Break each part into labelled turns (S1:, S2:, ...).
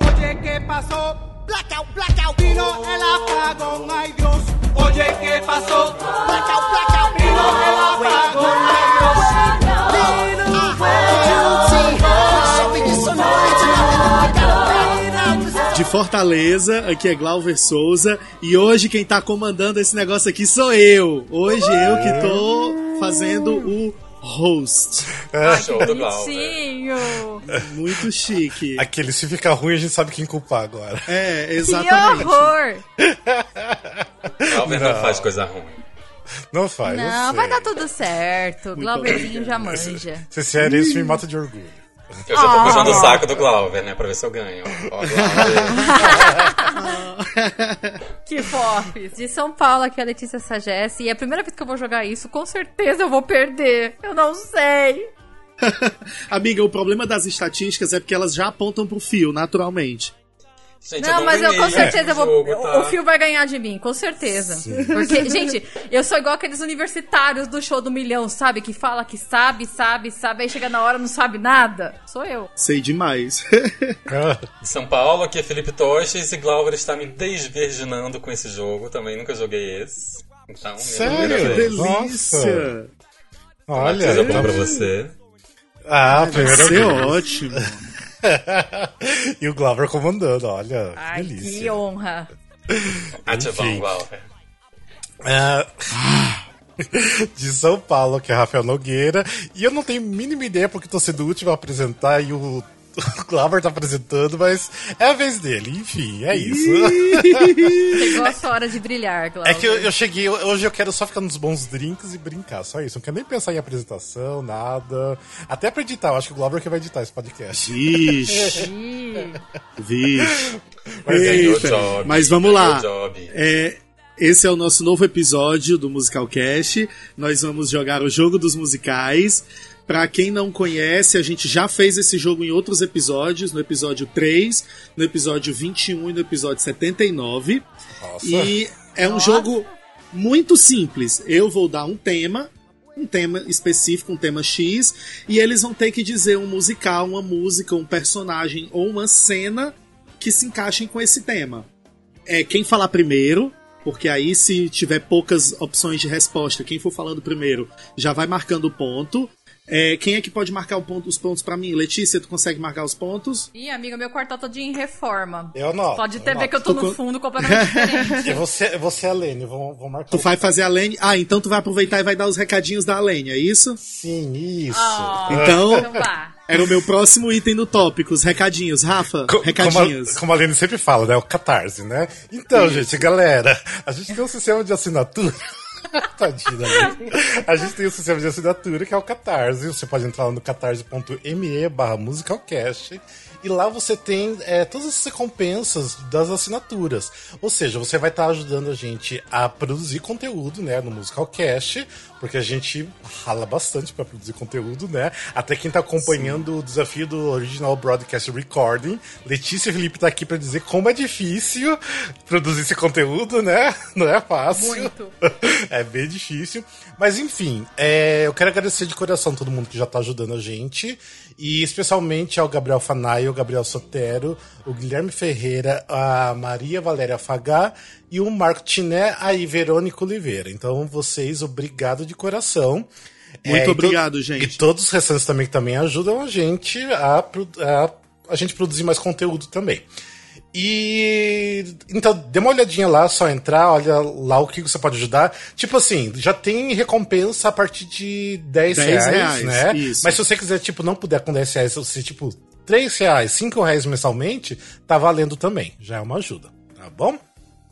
S1: Oye, ¿qué pasó? Blackout, blackout. Vino el apagón, ay Dios. Oye, ¿qué pasó? Blackout, blackout. Vino el apagón, ay Dios.
S2: De Fortaleza, aqui é Glauber Souza e hoje quem tá comandando esse negócio aqui sou eu. Hoje eu que tô fazendo o host.
S3: Show do Glauber.
S4: Bonitinho.
S2: Muito chique.
S5: Aquele, se ficar ruim, a gente sabe quem culpar agora.
S2: É,
S4: Que
S2: exatamente.
S4: horror.
S3: Glauber não
S5: Não.
S3: faz coisa ruim.
S5: Não faz.
S4: Não,
S5: eu
S4: vai
S5: sei.
S4: dar tudo certo. Glauberzinho já manja. Hum.
S5: Se sério, isso me mata de orgulho.
S3: Eu já tô
S4: Ah.
S3: puxando o saco do Glauber, né? Pra ver se eu ganho. Ó, ó, Glauber.
S4: Que fofes. De São Paulo, aqui é a Letícia Sagesse. E é a primeira vez que eu vou jogar isso, com certeza eu vou perder. Eu não sei.
S2: Amiga, o problema das estatísticas é porque elas já apontam pro fio, naturalmente.
S3: Gente,
S4: não, mas eu com
S3: dominei
S4: certeza eu
S3: esse
S4: vou.
S3: jogo, tá?
S4: O Fio vai ganhar de mim, com certeza. Porque, gente, eu sou igual aqueles universitários do show do milhão, sabe? Que fala que sabe, sabe, sabe, aí chega na hora não sabe nada. Sou eu.
S2: Sei demais.
S3: De São Paulo, aqui é Felipe Toches e Glauber está me desvirginando com esse jogo. Também nunca joguei esse. Então, minha
S5: Sério?
S3: primeira vez.
S2: Delícia!
S5: Olha.
S3: Mas é bom
S5: tá-
S3: pra você.
S5: Ah, primeiro
S2: Ser
S5: eu-
S2: é ótimo.
S5: E o Glover comandando, olha. que
S4: Ai,
S5: delícia.
S4: que honra.
S3: Ativão,
S5: Enfim.
S3: Glauber.
S5: Ah, de São Paulo, que é Rafael Nogueira. E eu não tenho mínima ideia porque tô sendo o último a apresentar e o, o Glauber tá apresentando, mas é a vez dele. Enfim, é isso.
S4: Chegou a sua hora de brilhar, Glauber.
S5: É que eu, eu cheguei, eu- hoje eu quero só ficar nos bons drinks e brincar, só isso. Não quero nem pensar em apresentação, nada. Até pra editar, eu acho que o Glauber que vai editar esse podcast.
S2: Vixe,
S4: Ih,
S2: vixe.
S5: Mas é
S3: Ganhou
S2: Eita,
S3: job,
S2: mas vamos lá.
S3: ganhou job.
S2: É, esse é o nosso novo episódio do Musical Cast. Nós vamos jogar o jogo dos musicais. Pra quem não conhece, a gente já fez esse jogo em outros episódios, no episódio 3, no episódio 21 e no episódio 79.
S5: Nossa.
S2: E é um jogo muito simples. Eu vou dar um tema, um tema específico, um tema X, e eles vão ter que dizer um musical, uma música, um personagem ou uma cena que se encaixem com esse tema. É quem falar primeiro, porque aí se tiver poucas opções de resposta, quem for falando primeiro já vai marcando o ponto. É, quem é que pode marcar o ponto- os pontos pra mim? Letícia, tu consegue marcar os pontos?
S4: Ih, amiga, meu quartel todo dia em reforma.
S5: Eu não.
S4: Pode
S5: eu
S4: até
S5: não.
S4: ver que eu tô
S2: Tô
S4: no
S2: com-
S4: fundo completamente diferente.
S5: E você, você e a Lene, vão, vão marcar.
S2: Tu
S5: o-
S2: vai fazer a Lene. Ah, então tu vai aproveitar e vai dar os recadinhos da Lene, é isso?
S5: Sim, isso.
S4: Ah,
S2: Então-
S4: então vá.
S2: Era o meu próximo item do tópicos. Recadinhos, Rafa.
S5: Co-
S2: recadinhos.
S5: Como a, como a Lene sempre fala, né? O catarse, né? Então, gente, galera, a gente tem um sistema de assinatura. Tadinha, né? A gente tem um sistema de assinatura que é o Catarse. Você pode entrar lá no catarse.me barra musicalcast e lá você tem é, todas as recompensas das assinaturas. Ou seja, você vai estar ajudando a gente a produzir conteúdo, né, no Musicalcast, porque a gente rala bastante para produzir conteúdo, né? Até quem tá acompanhando o desafio do Original Broadcast Recording, Letícia e Felipe tá aqui para dizer como é difícil produzir esse conteúdo, né? Não é fácil.
S4: Muito.
S5: É bem difícil. Mas enfim, é, eu quero agradecer de coração todo mundo que já tá ajudando a gente. E especialmente ao Gabriel Fanai, o Gabriel Sotero, o Guilherme Ferreira, a Maria Valéria Fagá e o Marco Tiné, a Verônica Oliveira. Então, vocês, obrigado de coração.
S2: Muito
S5: É, e to-
S2: obrigado, gente.
S5: E todos os restantes também que também ajudam a gente a, pro- a, a gente produzir mais conteúdo também. E então dê uma olhadinha lá, só entrar, olha lá o que você pode ajudar. Tipo assim, já tem recompensa a partir de 10,
S2: 10
S5: reais,
S2: reais,
S5: né?
S2: isso.
S5: Mas se você quiser, tipo, não puder com 10 reais, se tipo 3 reais, 5 reais mensalmente, tá valendo também. Já é uma ajuda, tá bom?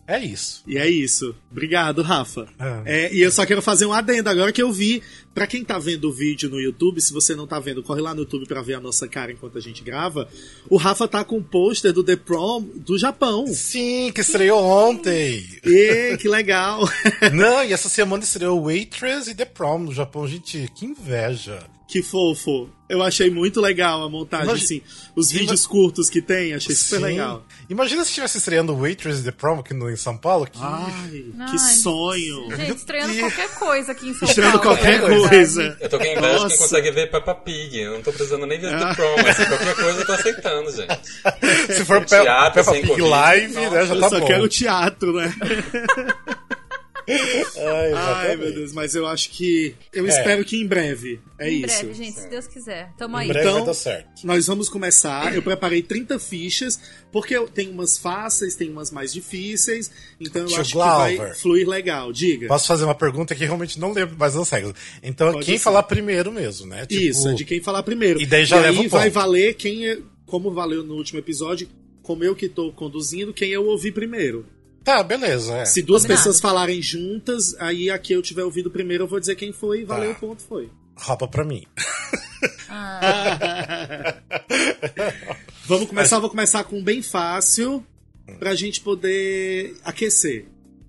S5: É isso.
S2: E é isso. Obrigado, Rafa.
S5: Ah.
S2: É, e eu só quero fazer um adendo agora que eu vi. Pra quem tá vendo o vídeo no YouTube, se você não tá vendo, corre lá no YouTube pra ver a nossa cara enquanto a gente grava. O Rafa tá com o pôster do The Prom do Japão.
S5: Sim, que estreou ontem.
S2: Ê, que legal!
S5: Não, e essa semana estreou Waitress e The Prom no Japão. Gente, que inveja.
S2: Que fofo. Eu achei muito legal a montagem,
S5: Imagi-
S2: assim. Os vídeos curtos que tem, achei super
S5: Sim.
S2: legal.
S5: Imagina se estivesse estreando Waitress The Prom aqui no, em São Paulo. Que...
S2: Ai,
S4: Ai,
S2: que sonho.
S4: Gente, estreando qualquer coisa aqui em São
S2: Estreando
S4: Paulo.
S2: qualquer
S4: na verdade.
S2: coisa.
S3: Eu tô com inveja de
S2: Nossa.
S3: quem consegue ver Peppa Pig. Eu não tô precisando nem ver
S2: Ah.
S3: The Prom, mas assim, qualquer coisa eu tô aceitando, gente.
S5: se for Pe
S3: Teatro
S5: Peppa
S3: sem
S5: Pig
S3: Covid.
S5: Live, né, já
S2: Eu
S5: tá
S2: só
S5: bom.
S2: quero teatro, né?
S5: Ai,
S2: Ai, meu
S5: exatamente.
S2: Deus, mas eu acho que. Eu
S5: Tá É.
S2: espero que em breve. É
S4: Em
S2: isso.
S4: breve, gente, se Deus quiser. Tamo aí.
S5: Em breve
S2: Então-
S5: vai dar certo.
S2: Nós vamos começar. Eu preparei 30 fichas, porque eu- tem umas fáceis, tem umas mais difíceis. Então eu
S5: Tio
S2: acho que vai
S5: Glauber.
S2: fluir legal. Diga.
S5: Posso fazer uma pergunta que eu realmente não lembro mais das regras. Então,
S2: Pode
S5: quem
S2: ser.
S5: falar primeiro mesmo, né? Tipo,
S2: Isso, é de quem falar primeiro.
S5: E daí já leva
S2: aí
S5: o
S2: vai
S5: ponto.
S2: valer quem é, como valeu no último episódio, como eu que tô conduzindo, quem eu ouvi primeiro.
S5: Tá, beleza. É.
S2: Se duas
S4: Combinado.
S2: pessoas falarem juntas, aí a que eu tiver ouvido primeiro, eu vou dizer quem foi e valeu o
S5: Tá.
S2: ponto, foi.
S5: Rouba pra mim.
S4: Ah,
S2: Ah, Vamos começar, vou começar com um bem fácil pra gente poder aquecer,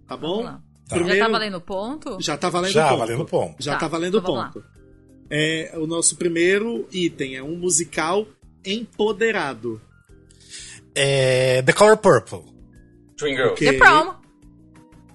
S2: tá bom?
S4: Vamos lá.
S5: Tá.
S4: Já tá valendo ponto?
S2: então, Já tá valendo
S5: Já,
S2: ponto.
S5: valendo ponto.
S2: Já
S4: Tá,
S2: tá, valendo
S4: então vamos
S2: ponto. É, o nosso primeiro item é um musical empoderado.
S5: É, The Color Purple.
S3: Dream Girl.
S2: Ok.
S4: The Prom.
S5: Tá.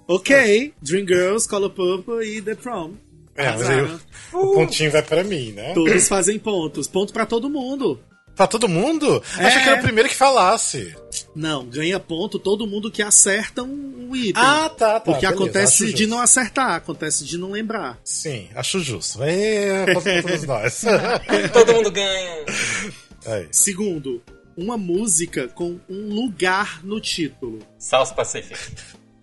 S2: Ok, Dreamgirls, Color Purple e The Prom.
S5: É, mas aí
S2: Azar,
S5: o,
S2: né?
S5: o pontinho vai pra mim, né?
S2: Todos fazem pontos. Ponto pra todo mundo.
S5: Pra todo mundo?
S2: É.
S5: Achei que era o primeiro que falasse.
S2: Não, ganha ponto todo mundo que acerta um, um item.
S5: Ah, tá, tá.
S2: Porque
S5: beleza,
S2: acontece
S5: acho
S2: de
S5: justo.
S2: não acertar, acontece de não lembrar.
S5: Sim, acho justo. É, ponto pra todos nós. É
S3: Todo mundo ganha.
S5: Aí.
S2: Segundo, uma música com um lugar no título.
S3: South Pacific.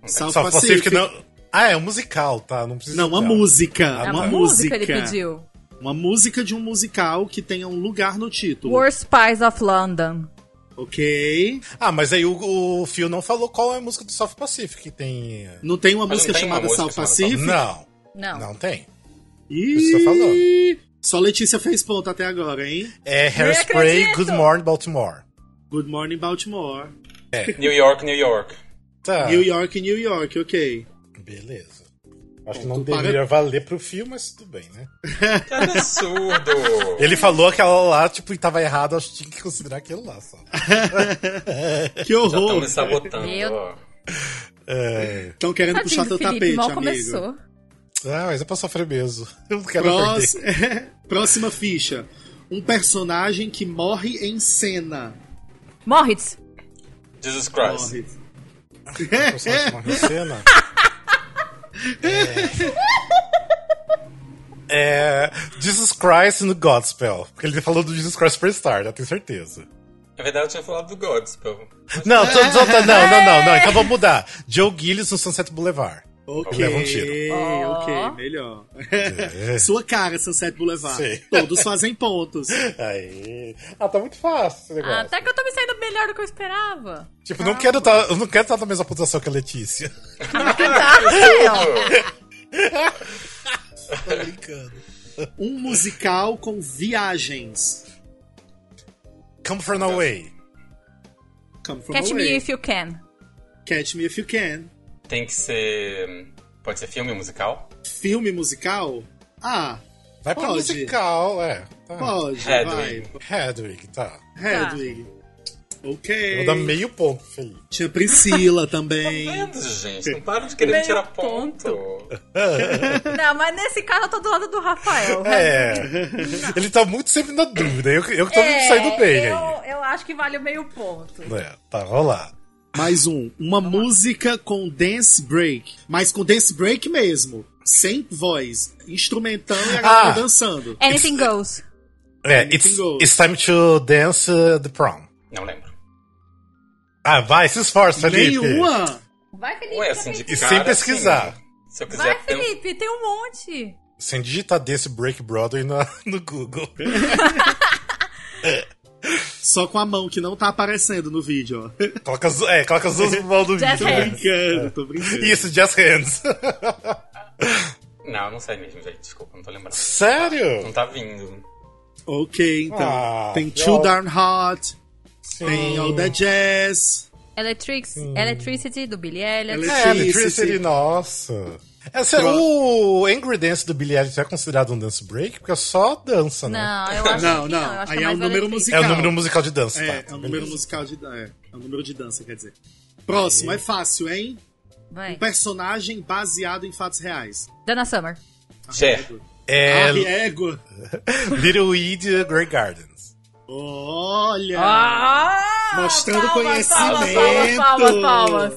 S2: South
S5: Só
S2: Pacific.
S5: Pacific não. Ah, é um musical, tá? Não precisa.
S2: Não, uma
S5: dela.
S2: música.
S5: Ah,
S4: A
S2: uma
S5: tá.
S2: música.
S4: música ele pediu.
S2: Uma música de um musical que tenha um lugar no título.
S4: Worst Pies of London.
S2: Ok.
S5: Ah, mas aí o, o Phil não falou qual é a música do South Pacific que tem.
S2: Não tem uma
S3: Mas não
S2: música
S3: tem uma
S2: chamada
S3: música
S2: South
S3: chamada
S2: Pacific?
S5: Não,
S4: Não.
S5: não tem.
S2: Ih,
S5: Isso falou.
S2: Só Letícia fez ponto até agora, hein?
S5: É Hairspray,
S4: acredito!
S5: Good Morning Baltimore.
S2: Good Morning Baltimore.
S3: New York, New York.
S5: Tá.
S4: Ah.
S2: New York, New York, ok.
S5: Beleza. Acho que não
S2: tu para-
S5: deveria valer pro Phil, mas tudo bem, né?
S3: Que absurdo.
S5: Ele falou aquela lá, tipo, e tava errado, acho que tinha que considerar aquilo lá só.
S2: Que
S3: Já estão
S2: horror.
S3: me sabotando,
S4: Meu-
S3: ó.
S5: É.
S2: Estão querendo
S4: Tadinho
S2: puxar
S4: do
S2: teu
S4: Felipe,
S2: tapete,
S4: mal
S2: amigo.
S4: começou.
S5: Ah, mas é pra sofrer mesmo. Eu não quero perder.
S2: Prós- Próxima ficha. Um personagem que morre em cena.
S4: Moritz.
S3: Jesus Christ.
S2: Morre.
S5: personagem morre em cena. É... é. Jesus Christ no Godspell. Porque ele falou do Jesus Christ Superstar, já tenho certeza.
S3: Na verdade, eu tinha falado do Godspell.
S5: Não, tô, tô- tô- não, não, não, não. Então vamos mudar. Joe Gillis no Sunset Boulevard.
S2: Ok,
S5: Leva um tiro. É.
S2: ok, melhor. Sua cara, Sunset Boulevard.
S5: Sim.
S2: Todos fazem pontos.
S5: Aí. Ah, tá muito fácil esse negócio.
S4: Até que eu tô me saindo melhor do que eu esperava.
S5: Tipo, não quero tá, eu não quero estar na mesma pontuação que a Letícia. Tô brincando.
S2: Um musical com viagens.
S5: Come from away.
S2: Come from
S4: Catch
S2: away.
S4: me if you can.
S2: Catch me if you can.
S3: Tem que ser. Pode ser filme musical?
S2: Filme musical? Ah,
S5: Vai pra
S2: Pode.
S5: musical, é. Tá.
S2: pode,
S3: Hedwig.
S2: vai.
S5: Hedwig, tá.
S2: Hedwig.
S5: Eu
S4: Tá.
S2: Ok.
S5: vou dar meio ponto, Felipe.
S2: Tinha Priscila
S3: Tá
S2: também.
S3: vendo, gente? Não para de querer me tirar ponto.
S4: Não, mas nesse caso eu tô do lado do Rafael.
S5: É. Ele tá muito sempre na dúvida. Eu, eu que tô me
S4: É,
S5: saindo bem
S4: eu,
S5: aí.
S4: eu acho que vale o meio ponto.
S5: É, tá, vamos lá.
S2: Mais um. Uma música com dance break. Mas com dance break mesmo. Sem voz. Instrumentando e a galera
S5: Ah.
S2: dançando.
S4: Anything goes.
S5: É,
S2: Anything
S5: it's,
S2: goes.
S5: it's time to dance uh, the prom.
S3: Não lembro.
S5: Ah, vai, se esforça, Felipe.
S2: Nenhuma?
S4: Vai, Felipe.
S3: Ué,
S4: já
S3: assim, de
S4: pensei.
S5: E
S3: cara,
S5: sem pesquisar.
S3: assim, se eu quiser.
S4: Vai,
S3: tem um-
S4: Felipe, tem um monte.
S5: Sem digitar desse Break Brother na- no Google.
S2: Só com a mão que não tá aparecendo no vídeo, ó.
S5: Coloca as, é, coloca as duas mãos no
S4: Jazz
S5: vídeo.
S2: Tô
S5: né?
S4: hands.
S2: brincando, tô brincando.
S5: Isso, Just Hands.
S3: Não, não sei mesmo, gente. Desculpa, não tô lembrando. Não
S5: Sério?
S3: tá vindo.
S2: Ok, então.
S5: Ah,
S2: tem
S5: que
S2: Too
S5: ó-
S2: Darn Hot,
S5: Sim.
S2: tem All That Jazz,
S4: Electric, Electricity, do Billy Elliot.
S2: Ele-
S5: É,
S2: Sim, sim,
S5: Electricity,
S2: sim.
S5: nossa. É, sério, o Angry Dance do Billie Eilish é considerado um dance break? Porque é só dança, né?
S4: Não, eu acho
S2: Não,
S4: que
S2: não.
S4: não. Eu acho
S2: Aí
S4: que
S2: é
S4: mais
S2: um número
S4: vale
S2: musical.
S5: É o número musical de dança,
S2: É,
S5: tá?
S2: é um número musical de dança. É, é um número de dança, quer dizer. Próximo, é fácil, hein?
S4: Vai.
S2: Um personagem baseado em fatos reais.
S4: Dana Summer.
S3: Cher.
S5: É,
S2: É... ego. é-
S5: Little Weed Grey Gardens.
S2: Olha!
S4: Ah!
S2: Mostrando
S4: palmas, palmas,
S2: conhecimento.
S4: Palmas, palmas, palmas.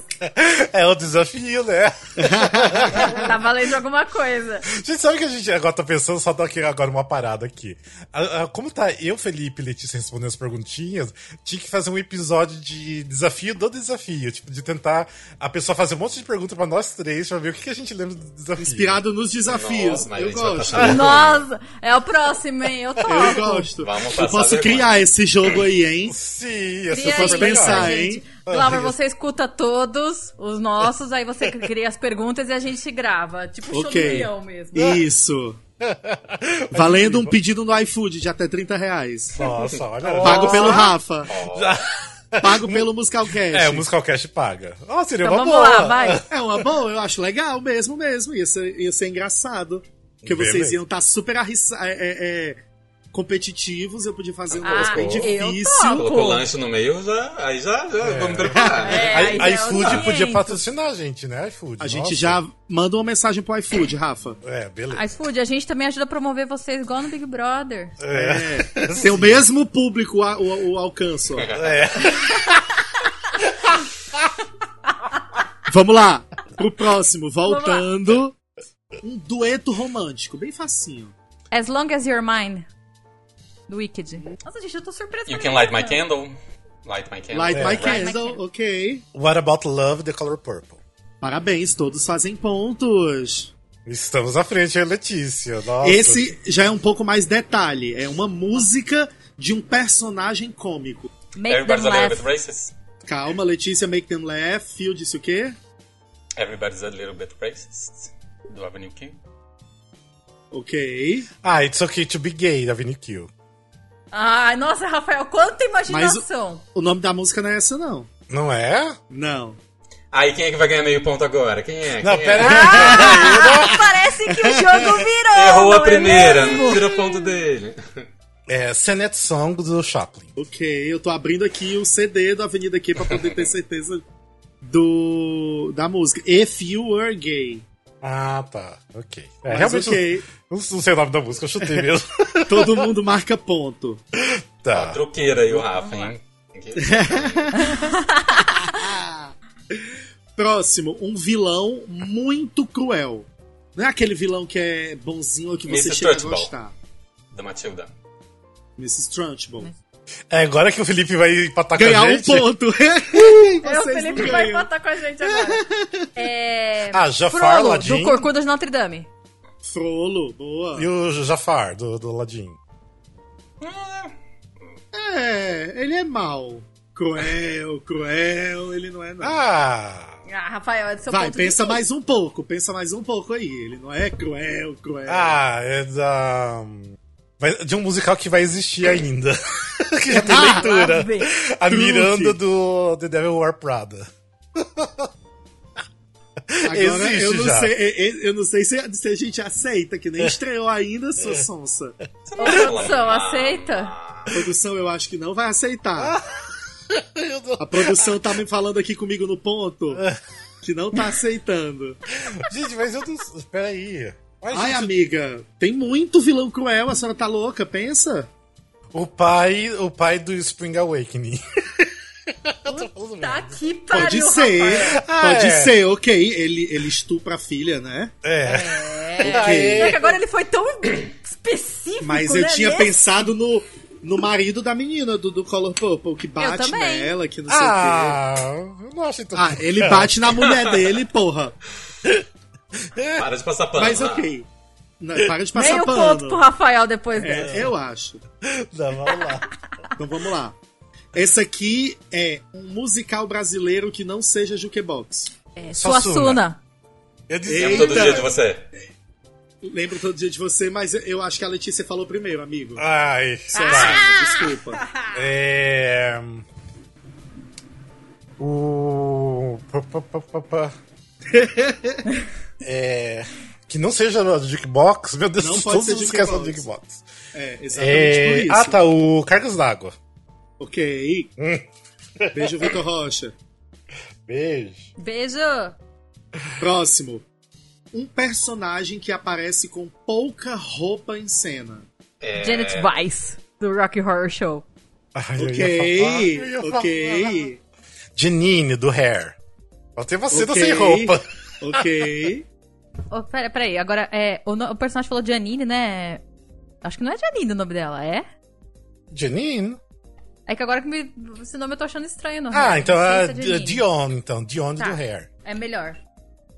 S5: É o desafio, né?
S4: Tá valendo alguma coisa.
S5: Gente, sabe que a gente agora tá pensando, só dar aqui agora uma parada aqui. Ah, ah, Como tá eu, Felipe e Letícia respondendo as perguntinhas, tinha que fazer um episódio de desafio do desafio. Tipo, de tentar a pessoa fazer um monte de pergunta pra nós três, pra ver o que que a gente lembra do desafio.
S2: Inspirado nos desafios.
S3: Nossa, mas a
S2: eu
S3: gente vai
S2: gosto.
S3: passar-
S4: Nossa, é o próximo, hein? Eu
S2: Eu
S4: topo.
S2: gosto.
S3: Vamos
S2: eu
S3: passar
S2: posso
S3: vergonha.
S2: criar esse jogo aí, hein?
S5: Sim, essa
S4: Cria
S5: foi
S2: fosse
S4: aí,
S2: pensar,
S4: gente.
S2: hein?
S4: Glauber, você escuta todos os nossos, aí você cria as perguntas e a gente grava. Tipo o
S2: Ok. é
S4: show do mesmo.
S2: Isso. Valendo um pedido no iFood de até 30 reais.
S5: Nossa, olha.
S2: Pago pelo Rafa.
S5: Já-
S2: Pago pelo Musicalcast.
S5: É, o Musicalcast paga. Ó, seria
S4: Então
S5: uma
S4: vamos
S5: boa.
S4: lá, vai.
S2: É uma boa, eu acho legal mesmo, mesmo. Ia ser, ia ser engraçado. Porque
S5: Beleza.
S2: vocês iam estar super arris- é, é, é, competitivos, eu podia fazer um negócio
S4: Ah,
S2: bem
S4: eu
S2: difícil.
S4: topo.
S3: Colocou o lanche no meio, já, aí já, já vamos preparar. né?
S4: É, aí já
S5: A
S4: é
S5: iFood podia
S4: 500.
S5: patrocinar a gente, né? iFood.
S2: A gente
S5: nossa.
S2: já manda uma mensagem pro iFood, Rafa.
S5: É, beleza.
S4: iFood, a gente também ajuda a promover vocês igual no Big Brother.
S5: É.
S2: Tem o mesmo público a- o, o alcance, ó.
S5: É.
S2: Vamos lá, pro próximo, voltando. Um dueto romântico, bem facinho.
S3: É.
S4: As Long As You're Mine, do Wicked. Nossa, gente, eu tô surpresa.
S3: You can light my candle. Light my
S5: É,
S3: candle.
S2: Light My
S5: Light
S4: My
S2: Candle,
S4: Candle.
S2: ok.
S5: What about love the color purple?
S2: Parabéns, todos fazem pontos.
S5: Estamos à frente, eu e Letícia. Nossa.
S2: Esse já é um pouco mais detalhe. É uma música de um personagem cômico.
S4: Make them
S3: Everybody's a little bit
S4: laugh.
S3: racist.
S2: Calma, Letícia, Make Them Laugh. Phil disse o quê?
S3: Everybody's a little bit racist. Do Avenue King.
S2: Ok.
S5: Ah, it's okay to be gay, da Vinnie Kill.
S4: Ai, nossa, Rafael, quanta imaginação.
S2: O nome da música não é essa, não.
S5: Não é?
S2: Não.
S3: Aí quem é que vai ganhar meio ponto agora? Quem é?
S5: Não,
S3: Quem
S5: pera
S3: é?
S4: Ah, parece que o jogo virou.
S3: Errou
S4: não
S3: a
S4: é
S3: primeira,
S4: mesmo?
S3: não tira ponto dele.
S5: É Senet Song do Chaplin.
S2: Ok, eu tô abrindo aqui o CD do Avenida Q pra poder ter certeza do da música. If You Were Gay.
S5: Ah, tá. Ok. É,
S2: Mas
S5: realmente
S2: ok.
S5: não, não sei o nome da música, eu chutei mesmo.
S2: Todo mundo marca ponto.
S5: tá.
S3: Truqueira aí o Rafa, hein?
S2: Próximo, um vilão muito cruel. Não é aquele vilão que é bonzinho ou que você
S3: Mrs.
S2: chega
S3: Trunchbull.
S2: a gostar.
S3: Da Matilda.
S2: Mrs. Trunchbull.
S5: É agora que o Felipe vai empatar
S2: Ganhar
S5: com a
S2: um
S5: gente.
S2: ponto.
S4: É, o
S2: Vocês
S4: Felipe
S2: ganham.
S4: vai empatar com a gente agora. É...
S5: Ah, Jafar
S4: Frollo,
S5: Ladin.
S4: do Corcunda de Notre Dame.
S2: Frolo, boa.
S5: E o Jafar, do, do Ladinho.
S2: É, ele é mau. Cruel, cruel, ele não é nada.
S5: Ah!
S4: Ah, Rafael, é do seu
S2: Vai,
S4: ponto
S2: pensa
S4: de...
S2: mais um pouco, pensa mais um pouco aí. Ele não é cruel, cruel.
S5: Ah, é da. vai- De um musical que vai existir ainda. que já tem
S2: Ah,
S5: leitura.
S4: lá vem.
S5: A
S2: Truque.
S5: Miranda do The Devil War Prada.
S2: Agora,
S5: Existe
S2: eu não
S5: já.
S2: sei, e- e- eu não sei se, se a gente aceita, que nem estreou ainda,
S5: É.
S2: sua sonsa.
S3: Você
S4: Ô,
S3: não tá
S4: produção,
S3: falando.
S4: aceita?
S2: A produção eu acho que não vai
S5: Ah.
S2: aceitar.
S5: Eu não-
S2: A produção tá me falando aqui comigo no ponto
S5: É.
S2: que não tá aceitando.
S5: Gente, mas eu não. Peraí. Mas,
S2: Ai,
S5: gente,
S2: amiga, tem muito vilão cruel, a senhora tá louca, pensa.
S5: o pai, o pai do Spring Awakening.
S4: Tá aqui, pariu,
S2: Pode ser,
S4: Rafael.
S5: Ah,
S2: pode
S5: é.
S2: ser, ok. Ele, ele estupra a filha, né?
S5: É.
S2: Ok.
S4: É que agora ele foi tão específico,
S2: Mas
S4: né,
S2: eu tinha
S4: nesse?
S2: pensado no, no marido da menina, do, do Color Purple, que bate
S4: também.
S2: nela, que não sei o quê.
S5: Ah, eu não achei tão.
S2: Ah, ele bate na mulher dele, porra.
S3: Para de passar pano.
S2: Mas
S3: Rafa.
S2: ok. Não, para de passar
S4: Meio ponto pro
S2: pano.
S4: Rafael depois dessa.
S2: É, eu acho.
S5: Não, vamos lá.
S2: Então vamos lá. Esse aqui é um musical brasileiro que não seja jukebox.
S4: É,
S5: Suassuna.
S4: Suassuna.
S5: Eu
S3: Lembro
S5: disse.
S3: todo
S2: Eita.
S3: dia de você.
S2: Lembro todo dia de você, mas eu acho que a Letícia falou primeiro, amigo.
S5: Ai,
S2: Sei lá,
S4: Ah!
S2: desculpa.
S5: É. hum, O. pa, pa, pa, pa, pa. é, que não seja no Jukebox, meu Deus,
S2: Não pode
S5: todos
S2: ser
S5: esquecem do
S2: Jukebox.
S5: Jukebox.
S2: É, exatamente por
S5: É,
S2: isso.
S5: ah, tá, Hum. o Cargas d'Água.
S2: Ok. Beijo, Vitor Rocha.
S5: Beijo.
S4: Beijo.
S2: Próximo. Um personagem que aparece com pouca roupa em cena.
S3: É.
S4: Janet Weiss, do Rock Horror Show.
S5: Ai, eu ia falar,
S2: Ok,
S5: eu ia falar.
S2: ok.
S5: Janine, do Hair. Só tem você tá
S2: ok,
S5: sem roupa.
S2: Ok.
S4: Oh, pera, peraí, agora, é, o, no- o personagem falou Janine, né? Acho que não é Janine o nome dela, é?
S5: Janine?
S4: É que agora que me, esse nome eu tô achando estranho. Não.
S5: Ah, então
S4: Não sei
S5: é
S4: se
S5: D-
S4: Janine.
S5: Dion, então. Dion
S4: Tá.
S5: do Hair.
S4: É melhor.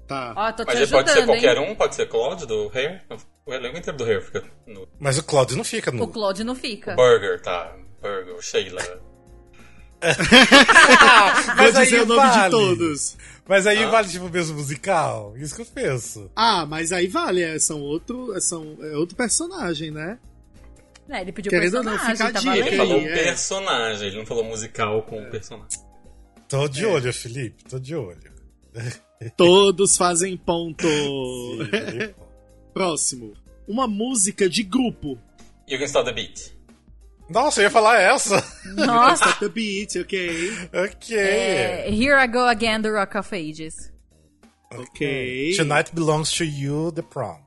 S2: Tá.
S4: Ó, tô te
S3: Mas ele
S4: ajudando,
S3: pode ser qualquer
S4: hein?
S3: um, pode ser Claude do Hair. O elenco inteiro do Hair fica no
S5: Mas o Claudio não fica
S4: O
S5: no.
S4: Claude não fica.
S3: Burger, tá? Burger, Sheila.
S2: Vou dizer é o nome de todos.
S5: Mas
S4: Tá.
S5: aí vale tipo o mesmo musical? Isso que eu penso.
S2: Ah, mas aí vale, é, são outro, é, são, é outro personagem, né?
S4: É, ele pediu
S2: Querendo ou não,
S4: personagem,
S2: fica a
S4: tá
S2: dica
S3: Ele
S2: Ok,
S4: valendo.
S3: falou
S2: é.
S3: personagem, ele não falou musical com o personagem.
S5: Tô
S4: É.
S5: de olho, Felipe. Tô de olho.
S2: Todos fazem ponto.
S5: Felipe.
S2: Próximo. Uma música de grupo.
S3: You can start the beat.
S5: Nossa, eu ia falar essa.
S4: Nossa,
S2: The Beat, ok.
S5: ok.
S4: é, Here I Go Again, do Rock of Ages.
S2: Ok.
S5: Tonight belongs to you, the prom.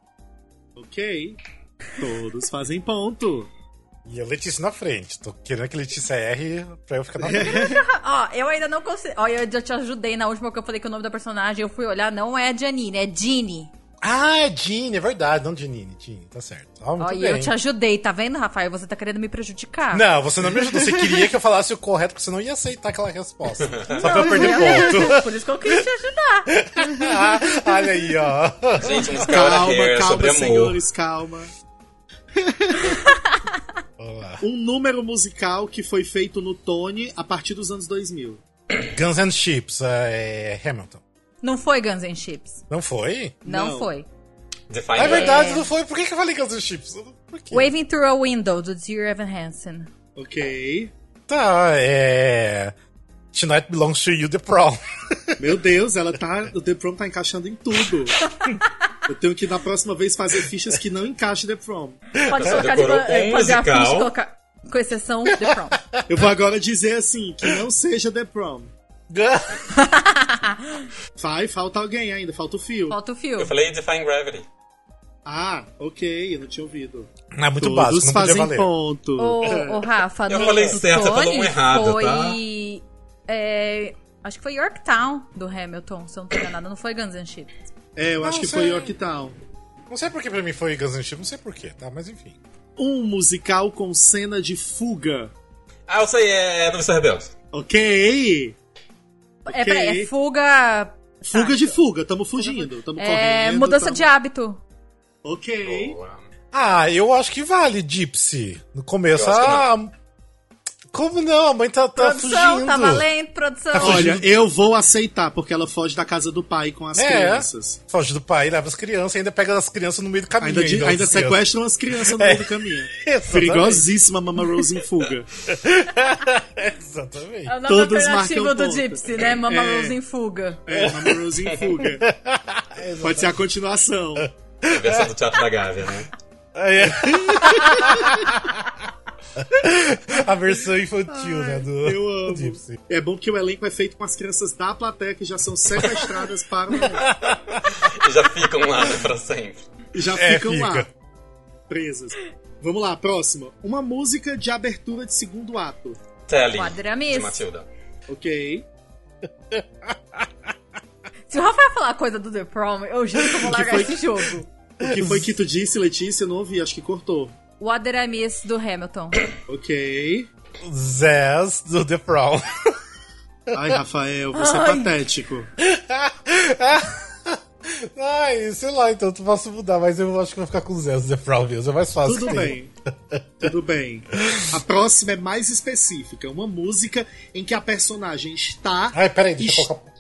S2: Ok. Todos fazem ponto.
S5: E a Letícia na frente. Tô querendo que a Letícia erre pra eu ficar na frente.
S4: Ah, Ó, eu ainda não consegui. Ó, eu já te ajudei na última que eu falei que o nome da personagem eu fui olhar, não é Janine, é Jeannie.
S5: ah, é Jeanne, é verdade. Não, Janine. Jeanne, tá certo. Ó, muito
S4: Ó, e
S5: bem.
S4: eu te ajudei, tá vendo, Rafael? Você tá querendo me prejudicar.
S5: Não, você não me ajudou. Você queria que eu falasse o correto, porque você não ia aceitar aquela resposta. Só pra eu perder ponto.
S4: Por isso que eu quis te ajudar.
S5: Ah, Olha aí, ó.
S3: Gente,
S2: Calma,
S3: musical da Hair é sobre
S2: calma,
S3: amor.
S2: senhores, calma.
S5: Vamos lá.
S2: Um número musical que foi feito no Tony a partir dos anos 2000.
S5: Guns and Chips, é Hamilton.
S4: Não foi Guns N' Chips.
S5: Não foi?
S4: Não,
S2: Não.
S4: foi.
S3: Define
S5: Ah, é
S3: Love.
S5: verdade, não foi. Por que, que eu falei Guns and Chips? Por quê?
S4: Waving Through a Window, do Dear Evan Hansen.
S2: Ok.
S5: Tá, é... Tonight belongs to you, the prom.
S2: Meu Deus, ela tá. O The Prom tá encaixando em tudo. Eu tenho que na próxima vez fazer fichas que não encaixem The Prom.
S4: Pode
S3: Você
S4: colocar de
S3: decorou
S4: é,
S3: um
S4: fazer a
S3: musical.
S4: ficha e colocar. Com exceção The Prom.
S2: Eu vou agora dizer assim, que não seja The Prom.
S5: É
S2: Vai, falta alguém ainda, falta o fio.
S4: Falta o fio.
S3: Eu falei Define Gravity.
S2: Ah, ok, eu não tinha ouvido.
S5: É muito
S2: Todos
S5: básico, não podia
S2: fazem
S5: valer.
S2: ponto.
S4: Ô, ô, Rafa,
S3: Eu
S4: no
S3: falei
S4: do
S3: certo, você falou
S4: Tony
S3: um errado,
S4: foi...
S3: tá?
S4: é, acho que foi Yorktown do Hamilton, se eu não tô enganada. Não foi Guns N' Chips.
S2: É, eu acho
S5: Não
S2: que
S5: sei.
S2: foi Yorktown.
S5: Não sei por que pra mim foi Guns N' Chips, não sei por que, tá? Mas enfim.
S2: Um musical com cena de fuga.
S3: Ah, eu sei, é do Mr. Rebelde.
S2: Ok?
S4: É,
S2: Ok.
S4: peraí, é fuga...
S2: Fuga
S4: tá.
S2: de fuga, tamo fugindo, tamo
S4: É,
S2: correndo.
S4: mudança
S2: tamo-
S4: de hábito.
S2: Ok.
S3: Boa.
S5: Ah, eu acho que vale, Gypsy. No começo,
S3: Eu acho que
S5: ah... Como não? A mãe tá, tá
S4: produção,
S5: fugindo.
S4: tá valendo, produção.
S5: Tá fugindo.
S2: Olha, eu vou aceitar, porque ela foge da casa do pai com as
S5: É.
S2: crianças.
S5: Foge do pai, leva as crianças, ainda pega as crianças no meio do caminho.
S2: Ainda, de- ainda
S5: as crianças.
S2: sequestram as crianças no
S5: É.
S2: meio do caminho.
S5: Exatamente.
S2: Perigosíssima Mama Rose em fuga.
S5: Exatamente.
S4: É o nome
S2: Todos
S4: alternativo
S2: marcam
S4: do
S2: ponto.
S4: Gypsy, né? Mama
S2: É.
S4: Rose em fuga.
S2: É, Mama Rose em fuga. Pode ser a continuação.
S3: A versão do Teatro da Gávea, né?
S5: Ah, é. A versão infantil, né? Do,
S2: Eu amo.
S5: do Gypsy.
S2: É bom que o elenco é feito com as crianças da plateia que já são sequestradas para o...
S3: E já ficam lá né, pra sempre.
S2: e já
S5: É,
S2: ficam lá,
S5: fica.
S2: presas. Vamos lá, próxima. Uma música de abertura de segundo ato.
S3: Telly,
S4: Quadramis.
S3: de Matilda.
S2: Ok.
S4: Se o Rafael falar coisa do The Prom, eu juro que eu vou largar
S2: foi-
S4: esse jogo.
S2: O que foi que tu disse, Letícia? Eu não ouvi, acho que cortou.
S4: What Did I Miss, do Hamilton.
S2: Ok.
S5: Zaz do The Prom.
S2: Ai, Rafael, você é
S4: Ai.
S2: patético.
S5: Ai, sei lá, então tu posso mudar, mas eu acho que eu vou ficar com o Zaz do The Prom mesmo. É mais fácil.
S2: Tudo
S5: que
S2: bem.
S5: tem.
S2: Tudo bem. A próxima é mais específica. Uma música em que a personagem está...
S5: Ai, peraí, deixa eu
S2: Ixi.
S5: colocar.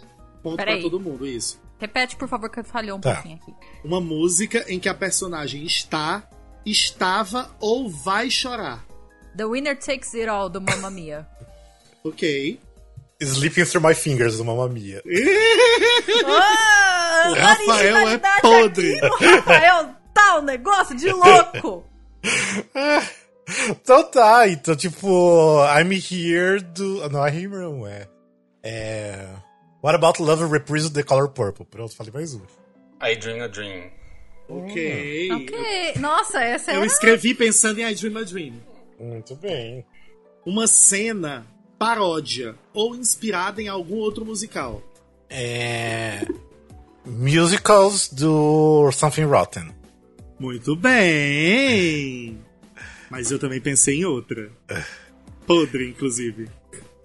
S2: Ponto pra
S4: Peraí.
S2: todo mundo, isso.
S4: Repete, por favor, que falhou um
S5: Tá.
S4: pouquinho aqui.
S2: Uma música em que a personagem está, estava ou vai chorar.
S4: The Winner Takes It All, do Mamma Mia.
S2: Ok.
S5: Sleeping Through My Fingers, do Mamma Mia.
S4: Ah! Mano,
S2: O Rafael é
S4: originalidade
S2: podre.
S4: aqui, o Rafael tá um negócio de louco.
S5: Então tá, então tipo, I'm here do. Não, I'm here não é. É. What about Love Reprise The Color Purple? Pronto, falei mais um.
S3: I Dream a Dream.
S2: Ok.
S4: ok. Nossa, essa é
S2: Eu escrevi pensando em I Dream a Dream.
S5: Muito bem.
S2: Uma cena paródia ou inspirada em algum outro musical.
S5: É. Musicals do Something Rotten.
S2: Muito bem! Mas eu também pensei em outra. Podre, inclusive.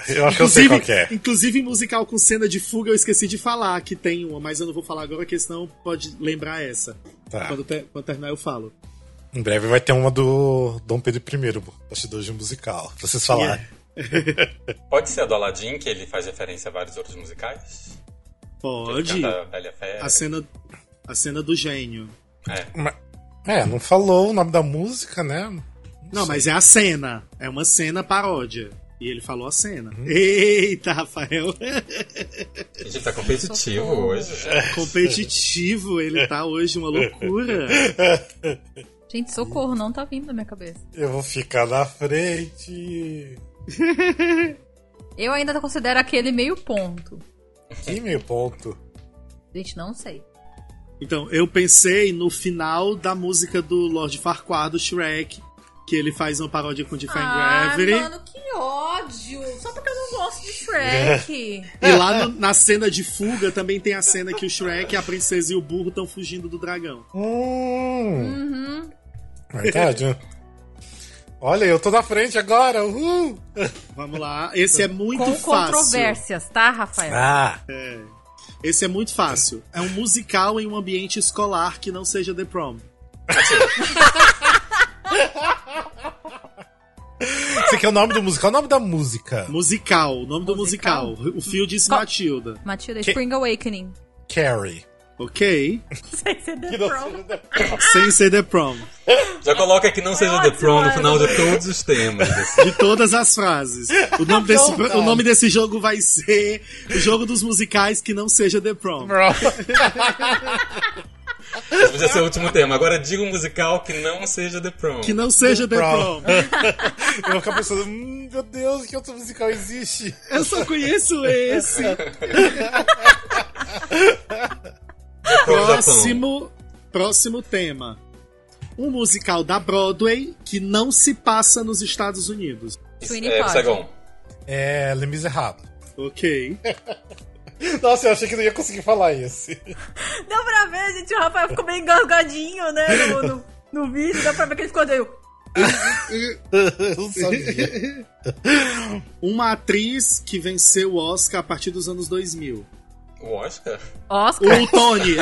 S5: Eu acho que eu sei qual que é.
S2: inclusive em musical com cena de fuga, eu esqueci de falar que tem uma, mas eu não vou falar agora, porque senão pode lembrar essa.
S5: Tá.
S2: Quando, ter- quando terminar, eu falo.
S5: Em breve vai ter uma do Dom Pedro I, bastidor de um musical, pra vocês falarem.
S3: Pode ser a do Aladdin, que ele faz referência a vários outros musicais?
S2: Pode.
S3: Ele canta Bela e a Fera.
S2: A cena, a cena do gênio.
S3: É.
S5: Ma- É, não falou o nome da música, né?
S2: Não, mas é a cena. É uma cena paródia. E ele falou a cena. Eita, Rafael!
S3: A gente tá competitivo hoje.
S2: É. Competitivo, ele tá hoje uma loucura.
S4: Gente, socorro, não tá vindo na minha cabeça.
S5: Eu vou ficar na frente.
S4: Eu ainda considero aquele meio ponto.
S5: Que meu ponto.
S4: Gente, não sei.
S2: Então, eu pensei no final da música do Lord Farquaad, do Shrek, que ele faz uma paródia com Define
S4: Ah,
S2: Gravity.
S4: mano, que ódio. Só porque eu não gosto de
S2: É.
S4: Shrek.
S2: E lá no- na cena de fuga também tem a cena que o Shrek, a princesa e o burro estão fugindo do dragão.
S5: Hum. Verdade. né? Olha, eu tô na frente agora. Uhul.
S2: Vamos lá. Esse é muito
S4: Com
S2: fácil.
S4: controvérsias, tá, Rafael?
S5: Ah.
S2: Esse é muito fácil. É um musical em um ambiente escolar que não seja The Prom.
S5: Esse aqui é o nome do musical, é o nome da música.
S2: Musical, o nome do musical. O Phil disse
S4: Qual-
S2: Matilda.
S4: Matilda,
S5: Que-
S4: Spring Awakening.
S5: Carrie.
S2: Ok.
S4: Sem ser The Prom.
S2: Sem ser The Prom.
S3: Já coloca que não seja The
S4: ótimo,
S3: Prom no
S4: mano.
S3: final de todos os temas. assim.
S2: De todas as frases. O nome, desse, o nome desse jogo vai ser o jogo dos musicais que não seja The Prom.
S3: Esse podia ser o último tema. Agora diga um musical que não seja The Prom.
S2: Que não seja The,
S5: The
S2: Prom.
S5: Prom. Eu vou ficar pensando, hum, meu Deus, que outro musical existe?
S2: Eu só conheço esse.
S3: The Prom Japão.
S2: Próximo, próximo tema. Um musical da Broadway que não se passa nos Estados Unidos.
S4: Sweeney
S3: É,
S4: Todd.
S3: Saigon.
S5: É, Le Miserable.
S2: Ok.
S5: Nossa, eu achei que não ia conseguir falar esse.
S4: Deu pra ver, gente, o Rafael ficou meio engasgadinho, né, no, no, no vídeo. Deu pra ver que ele ficou... meio-
S5: Eu não sabia.
S2: Uma atriz que venceu o Oscar a partir dos anos 2000.
S3: O Oscar?
S2: É,
S4: Oscar.
S2: O Tony.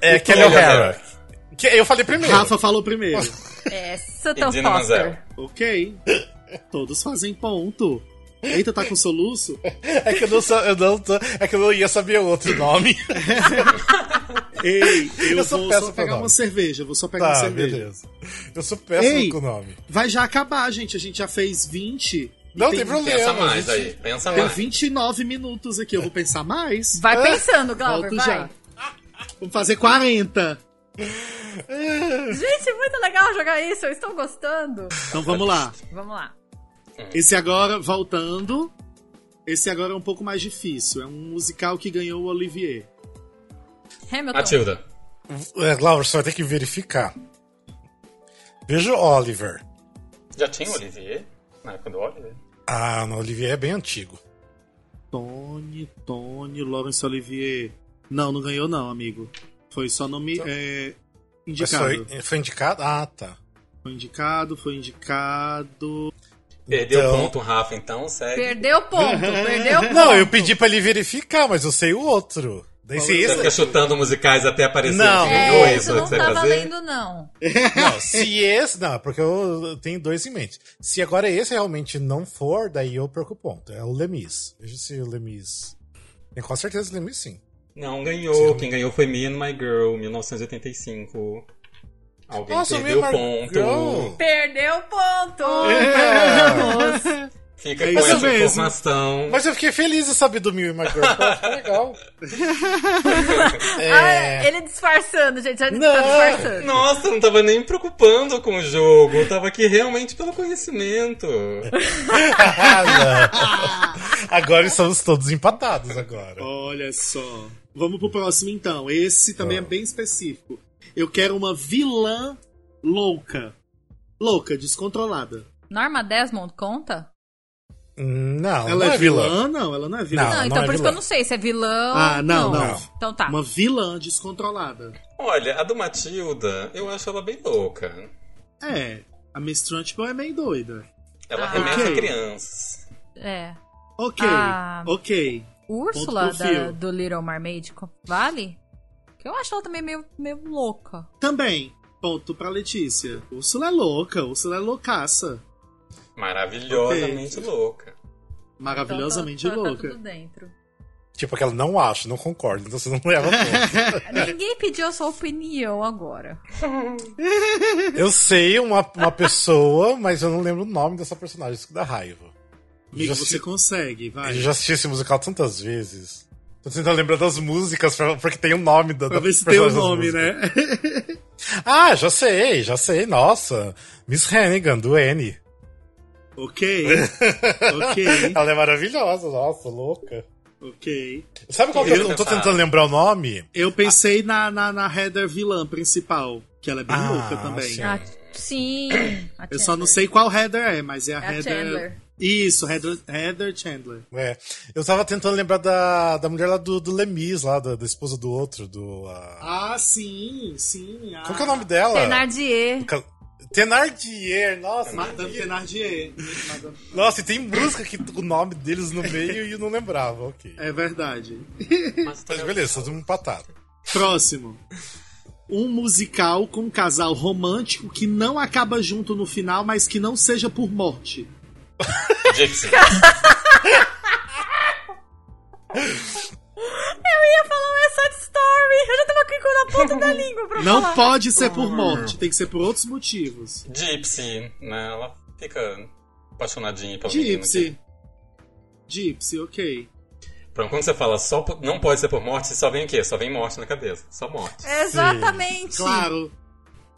S5: É Kelly O'Hara. Que- Eu falei primeiro.
S2: Rafa falou primeiro.
S4: Essa
S3: E
S4: tá
S3: Dina Manzel.
S4: Foster.
S2: Ok. Todos fazem ponto. Eita, tá com soluço?
S5: É que eu não, sa- eu não tô- é que eu não ia saber outro nome.
S2: Ei, eu,
S5: Eu só
S2: vou só
S5: peço pra
S2: pegar
S5: não.
S2: uma cerveja. Vou só pegar uma
S5: tá,
S2: cerveja.
S5: beleza. Eu sou péssimo
S2: Ei.
S5: com o nome.
S2: Vai já acabar, gente. A gente já fez 20. e
S5: Não tem, problema.
S3: Pensa mais
S5: gente.
S3: aí. Pensa
S2: Tem
S3: mais.
S2: 29 minutos aqui. Eu vou pensar mais.
S4: Vai pensando, Glauber,
S2: Volto
S4: vai.
S2: já. Vamos fazer 40.
S4: Gente, muito legal jogar isso, eu estou gostando.
S2: Então vamos lá.
S4: Vamos lá.
S2: Esse agora, voltando. Esse agora é um pouco mais difícil. É um musical que ganhou o Olivier.
S4: Hamilton.
S3: Matilda.
S5: É, Laura, você vai ter que verificar. Veja o Oliver.
S3: Já tinha o Olivier? Na época do Olivier?
S2: Então.
S5: Ah, não, Olivier é bem antigo.
S2: Tony, Tony, Laurence Olivier. Não, não ganhou, não, amigo. Foi só nome é,
S5: Mas
S2: indicado.
S5: foi,
S2: Foi...
S5: foi indicado? Ah, tá.
S2: indicado, foi indicado.
S3: Perdeu
S5: Então-
S3: ponto, Rafa, então segue.
S4: Perdeu ponto, perdeu ponto.
S5: Não, eu pedi pra ele verificar, mas eu sei o outro. Daí se
S3: Você fica
S5: esse,
S3: chutando musicais até aparecer.
S5: Não.
S3: o que ganhou,
S4: É,
S5: Oi,
S4: isso
S3: é o
S4: não
S3: que você
S4: tá
S3: vai fazer?
S4: valendo, não.
S5: não, se esse. Não, porque eu eu tenho dois em mente. Se agora esse realmente não for, daí eu perco o ponto. É o Lemis. Veja se o Lemis. Tem com certeza o Lemis sim.
S3: Não ganhou. Quem ganhou foi Me and My Girl, 1985. Alguém
S5: Nossa, o
S3: perdeu
S5: Me and My
S3: ponto.
S5: Girl.
S4: Perdeu ponto.
S3: Fica
S2: É
S3: com
S2: isso
S3: essa
S2: mesmo.
S3: informação.
S5: É. Mas eu fiquei feliz de saber do Mil e Magor. Foi legal.
S4: Ah, ele disfarçando, gente. Já tá disfarçando.
S3: Nossa, eu não tava nem me preocupando com o jogo. Eu tava aqui realmente pelo conhecimento.
S5: Ah, não. agora estamos todos empatados agora.
S2: Olha só. Vamos pro próximo então. Esse também é bem específico. Eu quero uma vilã louca. Louca, descontrolada.
S4: Norma Desmond conta?
S5: Não,
S2: ela
S5: não
S2: é vilã? Não, ela não é vilã.
S5: Não,
S4: não, então
S5: é
S4: por isso que
S5: vilã.
S4: eu não sei se é vilão.
S2: Ah, não,
S5: não.
S4: Então tá.
S2: Uma vilã descontrolada.
S3: Olha, a do Matilda, eu acho ela bem louca.
S2: É, a Miss Trunchbull é meio doida.
S3: Ela
S4: Ah.
S3: arremessa
S2: Ok.
S3: crianças.
S4: É.
S2: Ok,
S4: Ah.
S2: ok.
S4: Úrsula
S2: Ponto pro
S4: da-
S2: fio.
S4: do Little Mermaid co- vale? Que eu acho ela também meio, meio louca.
S2: Também, ponto pra Letícia. Úrsula é louca, Úrsula é loucaça.
S3: Maravilhosamente louca.
S2: Maravilhosamente
S4: Então, tá- tá
S2: louca.
S4: tudo dentro.
S5: Tipo aquela não acho, não concordo, então você não leva ponto.
S4: É, Ninguém pediu a sua opinião agora.
S5: Eu sei uma, uma pessoa, mas eu não lembro o nome dessa personagem, isso que dá raiva.
S2: Amigo,
S5: Já
S2: você
S5: assisti-
S2: consegue, vai.
S5: Eu já assisti esse musical tantas vezes. Tô tentando lembrar das músicas, pra- porque tem o nome da
S2: Pra
S5: da
S2: ver se tem o
S5: personagem das
S2: nome,
S5: músicas.
S2: né?
S5: Ah, já sei, já sei, nossa. Miss Hannigan, do N.
S2: ok, ok,
S5: Ela é maravilhosa, nossa, louca.
S2: ok.
S5: Sabe qual que eu
S3: Eu-
S5: não tô tentando lembrar o nome?
S2: Eu pensei na, na, na Heather vilã principal, que ela é bem
S5: Ah,
S2: louca também.
S5: sim.
S4: Ah, sim. a
S2: Eu só não
S4: Chandler.
S2: sei qual Heather é, mas é a
S4: É a
S2: Heather.
S4: Chandler.
S2: Isso, Heather, Heather Chandler.
S5: É, eu tava tentando lembrar da, da mulher lá do, do Lemis, lá, da, da esposa do outro, do. ah,
S2: Ah, sim, sim. Ah.
S5: Qual que é o nome dela?
S4: Thénardier.
S5: Ca- Thenardier, nossa.
S2: Madame Thénardier.
S5: Nossa, e tem música que o nome deles no meio e eu não lembrava, ok.
S2: É verdade.
S3: Mas,
S4: tá
S5: Mas beleza, todo mundo empatado.
S2: Próximo. Um musical com um casal romântico que não acaba junto no final, mas que não seja por morte.
S3: Gypsy.
S4: Eu ia falar o West Side Story. Eu já tava aqui com a ponta da língua pra
S2: Não
S4: falar.
S2: pode ser por morte, tem que ser por outros motivos.
S3: Gypsy, né? Ela fica apaixonadinha pelo menino
S2: Gypsy. Gypsy, ok.
S3: que- Pronto, quando você fala só po- não pode ser por morte, só vem o quê? Só vem morte na cabeça. Só morte.
S4: Exatamente.
S2: Claro.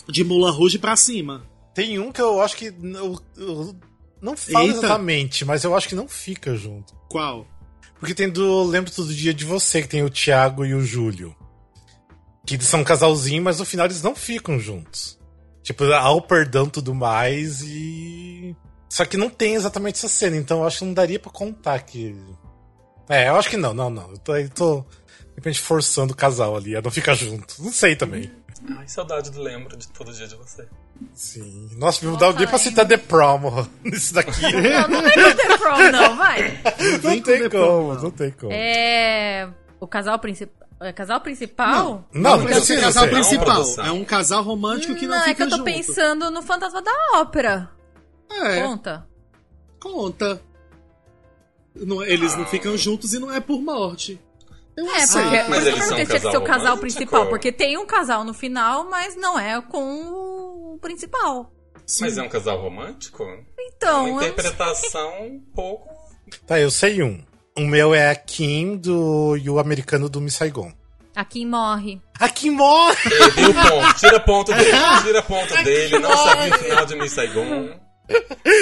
S2: De Mulan Rouge pra cima.
S5: Tem um que eu acho que. n- Eu, eu não falo
S2: Eita.
S5: exatamente, mas eu acho que não fica junto.
S2: Qual?
S5: Porque tem do Lembro Todo Dia de Você, que tem o Thiago e o Júlio. Que eles são um casalzinho, mas no final eles não ficam juntos. Tipo, há o perdão e tudo mais e. Só que não tem exatamente essa cena, então eu acho que não daria pra contar que. É, eu acho que não, não, não. Eu tô, eu tô de repente forçando o casal ali a não ficar junto. Não sei também.
S3: Ai, saudade do lembro de todo dia de você.
S5: Sim. Nossa, me dá
S4: Nossa, é
S5: nem pra
S4: hein?
S5: citar The Prom nisso daqui.
S4: Não, não vem com The Prom, não, vai.
S5: não
S2: Vem com
S5: tem
S2: The
S5: como,
S2: Prom, não.
S5: não tem como.
S4: É. O casal principal. É casal principal?
S5: Não, não
S2: Não precisa ser É um casal
S5: ser.
S2: principal.
S3: Não,
S2: É um casal romântico que não,
S4: Não, é que
S2: fica
S4: eu tô
S2: junto.
S4: pensando no Fantasma da Ópera.
S2: É,
S4: Conta.
S2: conta. Não, eles não ficam juntos e não é por morte. Eu
S4: É,
S2: sei.
S4: porque por isso
S3: Mas
S4: que eu
S3: eles são
S4: perguntei
S3: um
S4: se tinha que ser o
S3: casal
S4: casal
S3: romântico?
S4: principal, porque tem um casal no final, mas não é com o principal.
S2: Sim.
S3: Mas é um casal romântico?
S4: Então, eu
S3: Uma
S4: não sei.
S3: interpretação um pouco.
S5: Tá, eu sei um. O meu é a Kim do... e o americano do Miss Saigon.
S4: a Kim morre.
S5: A Kim morre!
S3: Perdeu o ponto. Tira ponto dele. Tira ponto dele. Não sabia o final de Miss Saigon.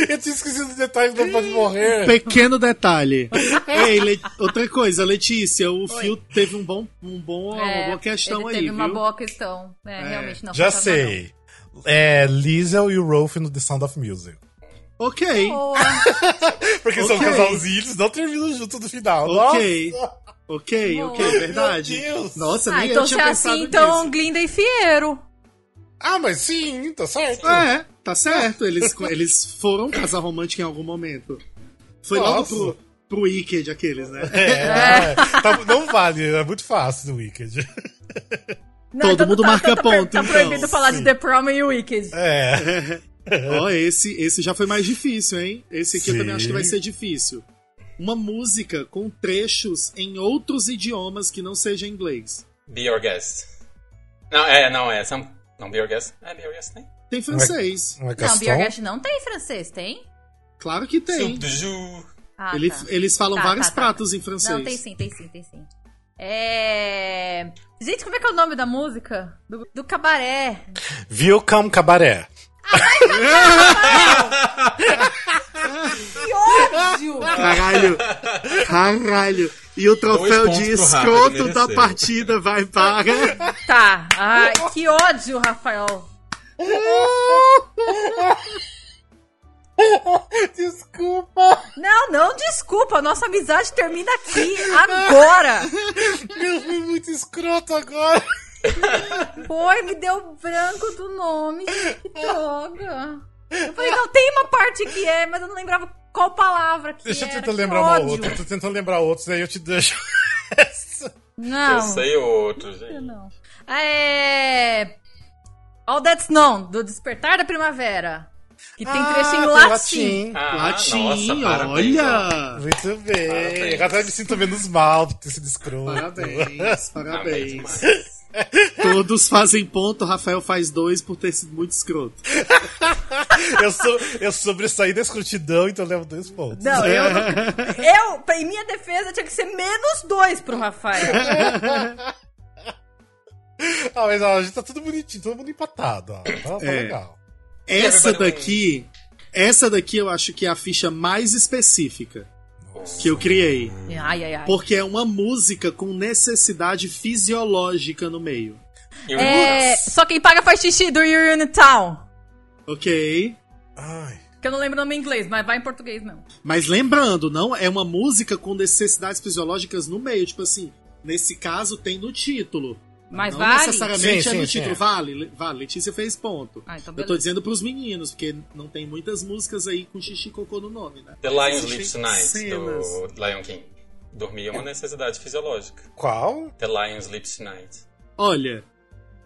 S5: Eu tinha esquecido os detalhes do Pode Morrer.
S2: Pequeno detalhe. Ei, Le- outra coisa, Letícia, o Fio teve um bom, um bom, uma boa questão
S4: É, ele
S2: aí,
S4: teve
S2: viu?
S4: uma boa questão. É, realmente não.
S5: Já
S4: Fantasma
S5: sei. É Liesel e o Rolf no The Sound of Music.
S2: Ok,
S4: não. Boa.
S5: Porque são
S2: Ok.
S5: casalzinhos, eles não terminam junto no final.
S2: Ok.
S5: Nossa.
S2: ok,
S4: Boa.
S2: ok, verdade.
S5: Meu Deus.
S2: Nossa,
S4: Ah,
S2: nem
S4: então
S2: eu
S4: se
S2: tinha
S4: é
S2: pensado
S4: assim, então
S2: nisso.
S4: Glinda e Fiero.
S5: Ah, mas sim, tá certo.
S2: É, tá certo. Eles, eles foram um casal romântico em algum momento. Foi
S5: Nossa.
S2: logo pro, pro Wicked, aqueles, né?
S5: É, tá- não vale, é muito fácil do Wicked.
S4: Não,
S2: Todo
S4: então
S2: mundo
S4: tá-
S2: marca
S4: então tá
S2: ponto,
S4: Tá
S2: então.
S4: proibido falar de
S5: Sim.
S4: The Prom e Wicked.
S5: É.
S2: Ó, esse, esse já foi mais difícil, hein? Esse aqui eu
S5: Sim.
S2: também acho que vai ser difícil. Uma música com trechos em outros idiomas que não seja inglês.
S3: Be your guest. Não, é, não, é. Some... Não, be your guest. É, be your guest, né?
S2: Tem francês.
S5: Não é
S4: Não,
S5: Gaston?
S4: Biorgash não tem francês, tem?
S2: Claro que tem.
S3: Soup du jour.
S4: Ah,
S2: Ele-
S4: tá.
S2: Eles falam
S4: Tá,
S2: vários
S4: tá, tá,
S2: pratos em francês.
S4: Não, tem sim, tem sim, tem sim. É. Gente, como é que é o nome da música? Do, do cabaré.
S5: Viu Cam Cabaré.
S6: ódio!
S2: Caralho! Caralho! E o troféu
S3: pontos
S2: de
S3: pro Rafa,
S2: escroto
S3: ele
S2: da
S3: mereceu.
S2: partida vai para.
S4: Tá. Ai, que ódio, Rafael.
S5: Desculpa.
S4: Não, não, desculpa. Nossa amizade termina aqui, agora.
S5: Eu fui muito escroto agora.
S4: Foi, me deu branco do nome. Que droga. Eu falei, não, tem uma parte que é, mas eu não lembrava qual palavra que
S5: Deixa eu
S4: era.
S5: tentar
S4: que
S5: lembrar uma
S4: ódio.
S5: outra. Tô tentando lembrar outros, aí eu te deixo.
S4: Não.
S3: Eu sei outro,
S4: Eu
S3: gente.
S4: não. É. All That's Known, do Despertar da Primavera. Que tem trechinho
S5: Ah, tem
S4: latim.
S3: Ah,
S2: Latim,
S3: nossa, parabéns, ó.
S2: olha!
S5: Muito bem.
S3: Parabéns.
S5: Agora eu me sinto menos mal por ter sido escroto.
S2: Parabéns,
S3: Parabéns
S2: parabéns.
S3: demais.
S2: Todos fazem ponto, Rafael faz dois por ter sido muito escroto.
S5: Eu, sou, eu sobressaí da escrotidão, então eu levo dois pontos.
S4: Não,
S2: É.
S4: eu, não- eu, pra- em minha defesa, tinha que ser menos dois pro Rafael.
S5: Ah, mas ó, a gente tá tudo bonitinho, todo mundo empatado. Ó. Tá, tá
S2: É.
S5: legal.
S2: Essa
S3: Everybody
S2: daqui, essa daqui eu acho que é a ficha mais específica que eu criei.
S4: Ai, ai, ai.
S2: Porque é uma música com necessidade fisiológica no meio.
S3: E o
S4: É, só quem paga faz xixi do You're in Town.
S2: Ok?
S5: Ai.
S4: Que eu não lembro o nome em inglês, mas vai em português mesmo.
S2: Mas lembrando, não é uma música com necessidades fisiológicas no meio. Tipo assim, nesse caso tem no título.
S4: Mas
S2: não
S4: vale.
S2: necessariamente
S5: Sim,
S2: é
S5: sim,
S2: no
S5: sim,
S2: título.
S5: é.
S2: Vale, le- vale. Letícia fez ponto.
S4: Ah, então
S2: Eu tô
S4: beleza.
S2: dizendo pros meninos, porque não tem muitas músicas aí com xixi e cocô no nome, né?
S3: The Lion
S2: Existem
S3: Sleeps Tonight,
S2: cenas.
S3: do Lion King. Dormir é uma necessidade fisiológica.
S5: Qual?
S3: The Lion Sleeps Tonight.
S2: Olha,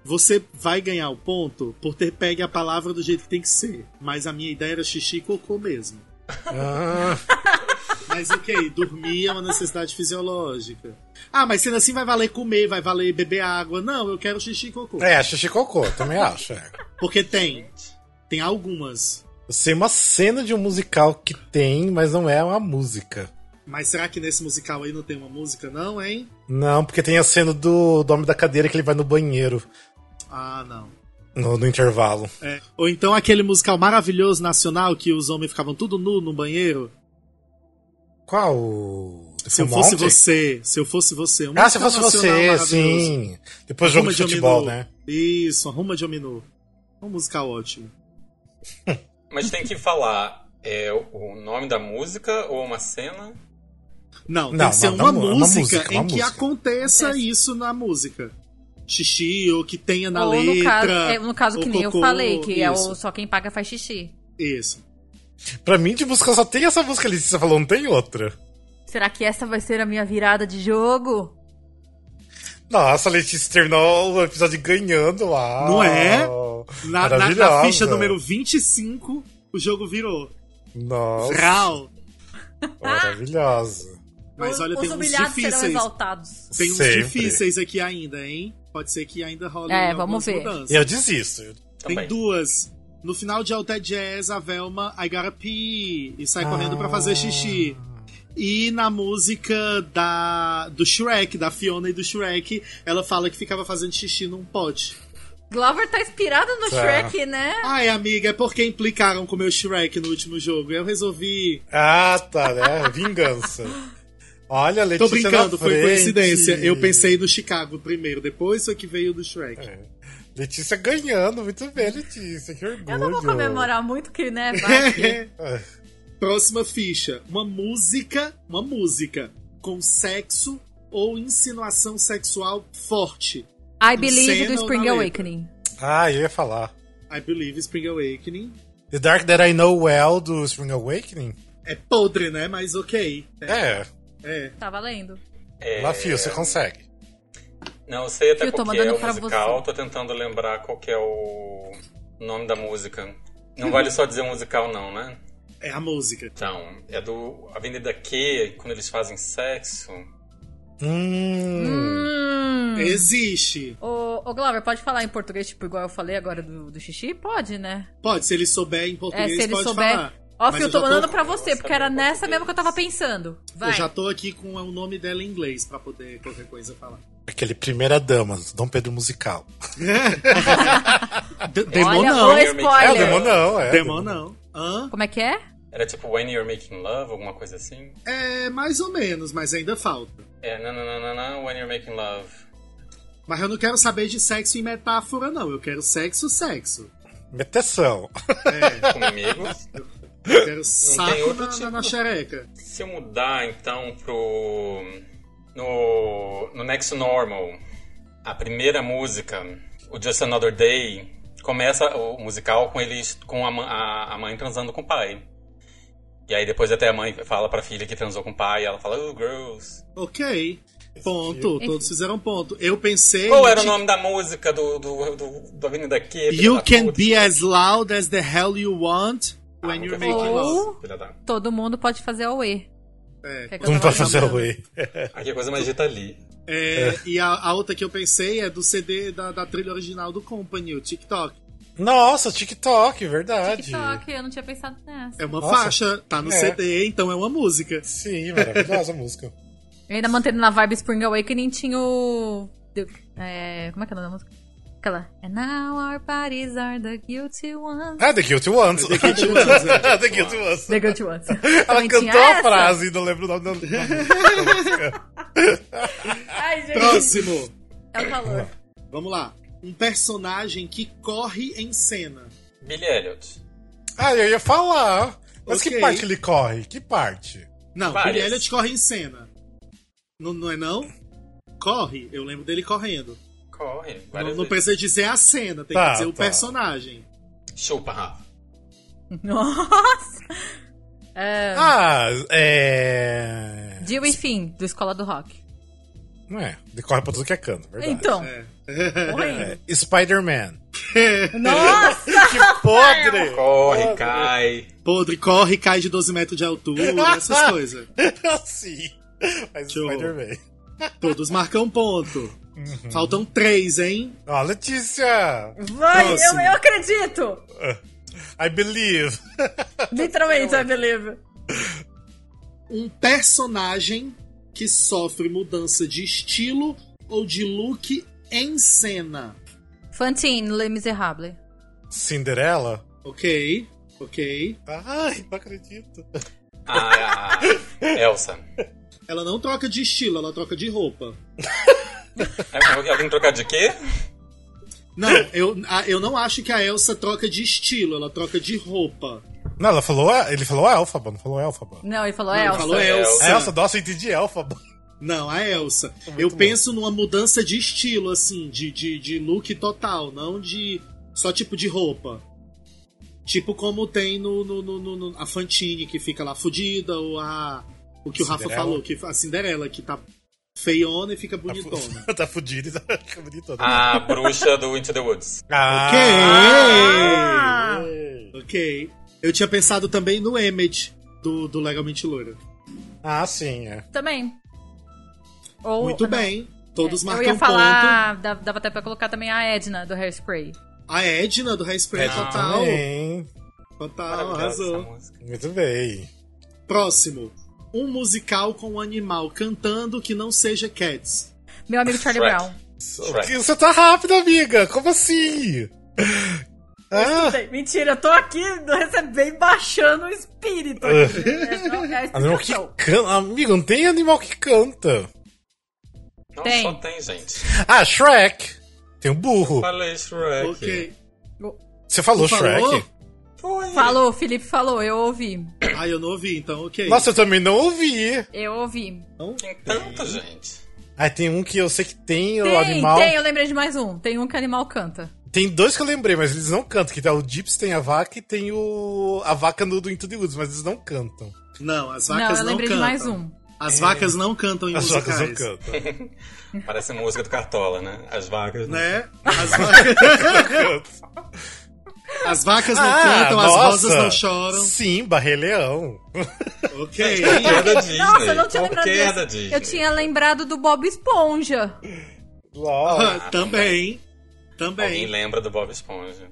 S2: você vai ganhar o ponto por ter pego a palavra do jeito que tem que ser. Mas a minha ideia era xixi e cocô mesmo.
S5: Ah,
S2: Mas ok, dormir é uma necessidade fisiológica. Ah, mas sendo assim vai valer comer, vai valer beber água. Não, eu quero xixi e cocô.
S5: é, xixi e cocô, também acho. É.
S2: Porque tem. Tem algumas.
S5: Eu sei uma cena de um musical que tem, mas não é uma música.
S2: Mas será que nesse musical aí não tem uma música, não, hein?
S5: Não, porque tem a cena do, do homem da cadeira que ele vai no banheiro
S2: Ah, não.
S5: no, no intervalo.
S2: É. Ou então aquele musical maravilhoso nacional que os homens ficavam tudo nu no banheiro.
S5: Qual? o-
S2: Se eu
S5: Full
S2: fosse
S5: Monty?
S2: você, se eu fosse você. Um
S5: Ah, se eu fosse
S2: musical nacional
S5: você,
S2: maravilhoso.
S5: sim. Depois do jogo
S2: Arruma
S5: de futebol,
S2: Ominu.
S5: né?
S2: Isso, arruma de Ominu. Um musical ótimo.
S3: Mas tem que falar é, o nome da música ou uma cena?
S2: Não, tem
S5: Não,
S2: que ser
S5: não,
S2: uma,
S5: não, é
S2: música
S5: uma música,
S2: em
S5: uma
S2: que
S5: música.
S2: aconteça
S4: Acontece.
S2: isso na música. Xixi, ou que tenha na
S4: Ou
S2: letra.
S4: no caso, é, no caso
S2: ou
S4: que nem eu
S2: cocô,
S4: falei, que é o
S2: isso,
S4: só quem paga faz xixi.
S2: Isso.
S5: Pra mim, de música só tem essa música ali. Você falou, não tem outra.
S4: Será que essa vai ser a minha virada de jogo?
S5: Nossa, a Letícia terminou o episódio ganhando lá.
S2: Não é? Na, na- na
S5: Maravilhosa.
S2: ficha número um. 25, o jogo virou.
S5: Nossa,
S2: Vral!
S5: maravilhosa.
S2: Mas
S4: Os-
S2: olha,
S4: Os
S2: tem uns
S4: humilhados serão
S2: difíceis.
S4: exaltados.
S2: Tem uns
S5: Sempre.
S2: difíceis aqui ainda, hein? Pode ser que ainda role
S4: É,
S2: algumas
S4: vamos ver.
S2: mudanças.
S5: Eu desisto.
S2: Tem
S3: Também.
S2: duas. No final de Alter Jazz, a Velma I gotta pee e sai
S5: Ah.
S2: correndo pra fazer xixi. E na música da do Shrek, da Fiona e do Shrek, ela fala que ficava fazendo xixi num pote.
S4: Glover tá inspirado no
S5: Tá.
S4: Shrek, né?
S2: Ai, amiga, é porque implicaram com o meu Shrek no último jogo. Eu resolvi.
S5: Ah, tá, né? Vingança. Olha, a
S2: Tô
S5: Letícia
S2: brincando,
S5: na
S2: foi
S5: frente.
S2: coincidência. Eu pensei no Chicago primeiro, depois foi que veio do Shrek.
S5: É. Letícia ganhando, muito bem, Letícia, que orgulho.
S4: Eu não vou comemorar muito que, né, vai que-
S2: Próxima ficha. Uma música, uma música com sexo ou insinuação sexual forte.
S4: I Believe
S2: Cena
S4: do
S2: ou
S4: Spring
S2: na letra?
S4: Awakening.
S5: Ah, eu ia falar.
S2: I Believe Spring Awakening.
S5: The Dark That I Know Well do Spring Awakening?
S2: É podre, né? Mas ok. É.
S5: É,
S2: é.
S4: Tá valendo.
S3: É,
S5: Lafio, você consegue.
S3: Não, eu sei até
S4: Fio, tô
S3: qual que é
S4: mandando
S3: o
S4: pra
S3: musical,
S4: você.
S3: tô tentando lembrar qual que é o nome da música. Não vale só dizer musical não, né?
S2: É a música.
S3: Então, é do Avenida Q, quando eles fazem sexo.
S5: Hum.
S4: Hum.
S2: Existe.
S4: Ô, ô, Glover, pode falar em português, tipo, igual eu falei agora do, do xixi? Pode, né?
S2: Pode, se ele souber em português,
S4: é, se ele
S2: pode
S4: souber.
S2: falar.
S4: Ó,
S2: Mas
S4: Fio,
S2: eu
S4: tô
S2: já tô-
S4: mandando pra você, porque era nessa mesmo que eu tava pensando. Vai.
S2: Eu já tô aqui com o nome dela em inglês pra poder qualquer coisa falar.
S5: Aquele Primeira Dama, Dom Pedro Musical.
S2: D
S4: Olha,
S2: Demonão.
S4: Ah, o
S5: É, o
S4: spoiler.
S5: Demonão, é.
S2: Demonão. Hã?
S4: Como é que é?
S3: Era tipo When You're Making Love, alguma coisa assim?
S2: É mais ou menos, mas ainda falta.
S3: É, não, não, não, não, não, When You're Making Love.
S2: Mas eu não quero saber de sexo em metáfora, não. Eu quero sexo, sexo.
S5: Meteção.
S3: Comigo.
S2: Eu quero saco
S3: outro
S2: na,
S3: tipo.
S2: na, na xereca.
S3: Se eu mudar então pro. No, no Next to Normal, a primeira música, o Just Another Day, começa o musical com eles com a, ma- a- a mãe transando com o pai. E aí depois até a mãe fala pra filha que transou com o pai, ela fala, oh, girls.
S2: Ok. Ponto. Todos fizeram ponto. Eu pensei.
S3: tipo. Qual era o
S2: de-
S3: nome da música do, do, do, do Avenida Q? filha
S2: You
S3: da
S2: can
S3: puta?
S2: be as loud as the hell you want
S3: Ah,
S2: when
S3: nunca
S2: you're
S3: fiz
S2: making
S3: isso,
S2: love.
S3: filha da-
S4: Todo mundo pode fazer a UE.
S2: É.
S4: Quer que eu
S5: Não
S4: tava
S5: pra fazer
S4: lembrando?
S5: o E.
S3: Aqui a coisa mais dita ali.
S2: É, E a, a outra que eu pensei é do CD da, da trilha original do Company, o TikTok.
S5: Nossa, TikTok, verdade.
S4: TikTok, eu não tinha pensado nessa.
S2: É uma
S5: Nossa.
S2: faixa, tá no
S5: É.
S2: CD, então é uma música.
S5: Sim, maravilhosa a música.
S4: Eu ainda mantendo na vibe Spring Awakening tinha o. do- É, como é que é o nome da música? Aquela. And now our bodies are the guilty ones.
S5: Ah, The Guilty Ones. The Guilty
S2: Ones,
S5: Ones. né, The Guilty Ones.
S4: The guilty ones.
S5: Ela
S4: Também tinha
S5: cantou a
S4: essa?
S5: frase e não lembro o nome da, da
S4: Ai, gente.
S2: Próximo!
S4: É o calor.
S2: Vamos lá. Um personagem que corre em cena.
S3: Billy Elliot.
S5: Ah, eu ia falar. Mas
S2: Ok.
S5: que parte que ele corre? Que parte?
S2: Não,
S3: Várias.
S2: Billy Elliot corre em cena. Não, não é não? Corre, eu lembro dele correndo.
S3: Corre.
S2: Não,
S3: várias
S2: não
S3: vezes.
S2: precisa dizer a cena, tem que
S5: Tá,
S2: dizer o
S5: tá.
S2: personagem.
S3: Chupa, Rafa.
S4: Nossa!
S5: Ah, é.
S4: Jill e Finn, do Escola do Rock.
S5: Não é. Ele corre pra tudo que é canto, verdade.
S4: Então.
S2: É.
S4: Oi.
S5: Spider-Man.
S4: Nossa!
S5: Podre!
S3: Corre, cai.
S2: Podre, corre, cai de 12 metros de altura, essas coisas.
S5: Sim. Mas
S2: Show.
S5: Spider-Man.
S2: Todos marcam ponto.
S5: Uhum.
S2: Faltam três, hein?
S5: Ó, Letícia!
S4: Vai, eu,
S2: Próximo.
S4: eu acredito!
S5: I believe.
S4: Literalmente, I believe.
S2: Um personagem que sofre mudança de estilo ou de look em cena.
S4: Fantine, Le Miserable.
S5: Cinderela?
S2: Ok, ok.
S5: Ai, não acredito.
S3: Ah, Elsa.
S2: Ela não troca de estilo, ela troca de roupa.
S3: Al- É, Alguém trocar de quê?
S2: Não, eu, a- eu não acho que a Elsa troca de estilo, ela troca de roupa.
S5: Não, ela falou. "É-", Ele falou Elfaba, não falou "É Elfaba.
S4: Não, ele falou
S2: Não,
S4: Elsa.
S2: Falou Elsa.
S5: Elsa, nossa, eu entendi é Elfaba.
S2: Não, a Elsa. eu
S5: bom.
S2: penso numa mudança de estilo, assim, de, de, de look total, não de. só tipo de roupa. Tipo como tem no, no, no- no- no- a Fantine que fica lá fudida, ou a. O que o Rafa
S5: Cinderela.
S2: falou, que a Cinderela, que tá feiona e fica bonitona.
S5: tá fudido e tá fica bonitona.
S3: A bruxa do Into the Woods.
S4: Ah!
S5: ok.
S2: Ok. Eu tinha pensado também no Emmet, do, do Legalmente Loura.
S5: Ah, sim, é.
S4: Também. Ou,
S2: Muito
S4: não.
S2: bem. Todos
S4: É, Eu
S2: marcam
S4: ia
S2: ponto.
S4: falar, dava dava até pra colocar também a Edna do Hairspray.
S2: A Edna do Hairspray
S3: Edna
S2: total.
S5: Bem,
S2: Total,
S3: Maravilhosa essa
S2: Ah, arrasou.
S3: música.
S5: muito bem.
S2: Próximo. Um musical com um animal cantando que não seja Cats.
S4: Meu amigo Charlie
S3: Shrek.
S4: Brown.
S3: Shrek.
S5: Que- Você tá rápida, amiga. Como assim? Ah,
S4: Mentira, eu tô aqui recebendo baixando o espírito.
S5: aqui.
S4: é,
S5: animal que canta. Amiga, não tem animal que canta.
S3: Não
S4: Tem.
S3: só tem, gente.
S5: Ah, Shrek. Tem um burro.
S3: Falei Shrek.
S2: Ok.
S5: Você falou
S2: Tu
S5: Shrek?
S2: falou?
S3: Foi.
S4: Falou, o Felipe falou, eu ouvi.
S2: Ah, eu não ouvi, então ok.
S5: Nossa, eu também não ouvi.
S4: Eu ouvi.
S3: Tem tanto, gente.
S5: Ah, tem um que eu sei que tem, o
S4: Tem,
S5: animal.
S4: tem, eu lembrei de mais um. Tem um que animal canta.
S5: Tem dois que eu lembrei, mas eles não cantam. Que tá o Dips, tem a vaca e tem o. a vaca no do Into the Woods, mas eles não cantam.
S2: Não, as
S4: não,
S2: vacas
S4: eu
S2: não,
S4: lembrei
S2: cantam.
S4: de mais um.
S2: As vacas não cantam em
S5: As vacas
S2: musicais.
S5: não cantam.
S3: Parece música do Cartola, né? As vagas.
S2: Né? As, va- As vacas não cantam,
S5: Ah, nossa.
S2: as rosas não choram.
S5: Sim, Barrei Leão.
S2: Ok.
S3: Qualquer da Disney.
S4: Nossa, eu não tinha lembrado
S3: Qualquer da
S4: desse.
S3: Disney.
S4: Eu tinha lembrado do Bob Esponja.
S5: Nossa.
S2: também.
S3: Alguém
S2: Também.
S3: lembra do Bob Esponja.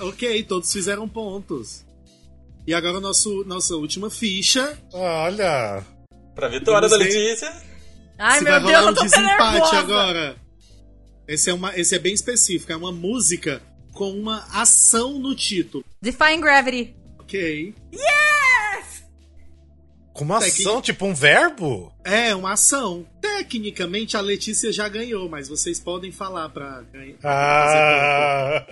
S2: Ok, todos fizeram pontos. E agora nosso, nossa última ficha.
S5: Olha.
S3: Pra vitória da
S2: Você-
S3: Letícia.
S4: Ai,
S2: se
S4: meu
S2: vai
S4: Deus,
S2: rolar
S4: eu
S2: um
S4: tô até
S2: desempate
S4: nervosa.
S2: agora. Esse é, uma, esse é bem específico, é uma música com uma ação no título.
S4: Defying Gravity.
S2: Ok.
S5: Com uma
S2: Até
S5: ação, tipo um verbo?
S2: É, uma ação. Tecnicamente a Letícia já ganhou, mas vocês podem falar pra ganhar.
S5: Ah.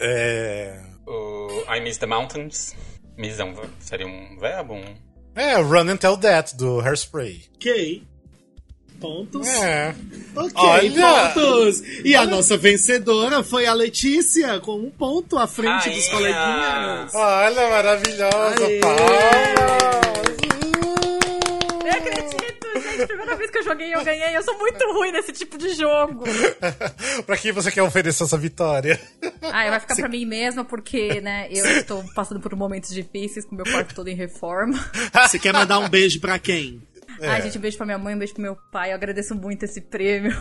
S5: é.
S3: O I Miss the Mountains. Miss é um, ver- seria um verbo? Um...
S5: É, Run and Tell That, do Hairspray.
S2: Ok. Pontos.
S5: É.
S2: Ok,
S5: Olha!
S2: pontos. E a nossa vencedora foi a Letícia, com um ponto à frente dos
S3: Rainha!
S2: coleguinhas.
S5: Olha, maravilhosa,
S2: Aê!
S5: palmas!
S4: Eu acredito, gente. Primeira vez que eu joguei, eu ganhei. Eu sou muito ruim nesse tipo de jogo.
S5: pra quem você quer oferecer essa vitória?
S4: Ah, vai ficar pra mim mesma, porque, né, eu estou passando por momentos difíceis com meu quarto todo em reforma.
S2: Você quer mandar um beijo pra quem?
S3: É.
S4: Ai, gente, um beijo pra minha mãe, um beijo pro meu pai. Eu agradeço muito esse prêmio.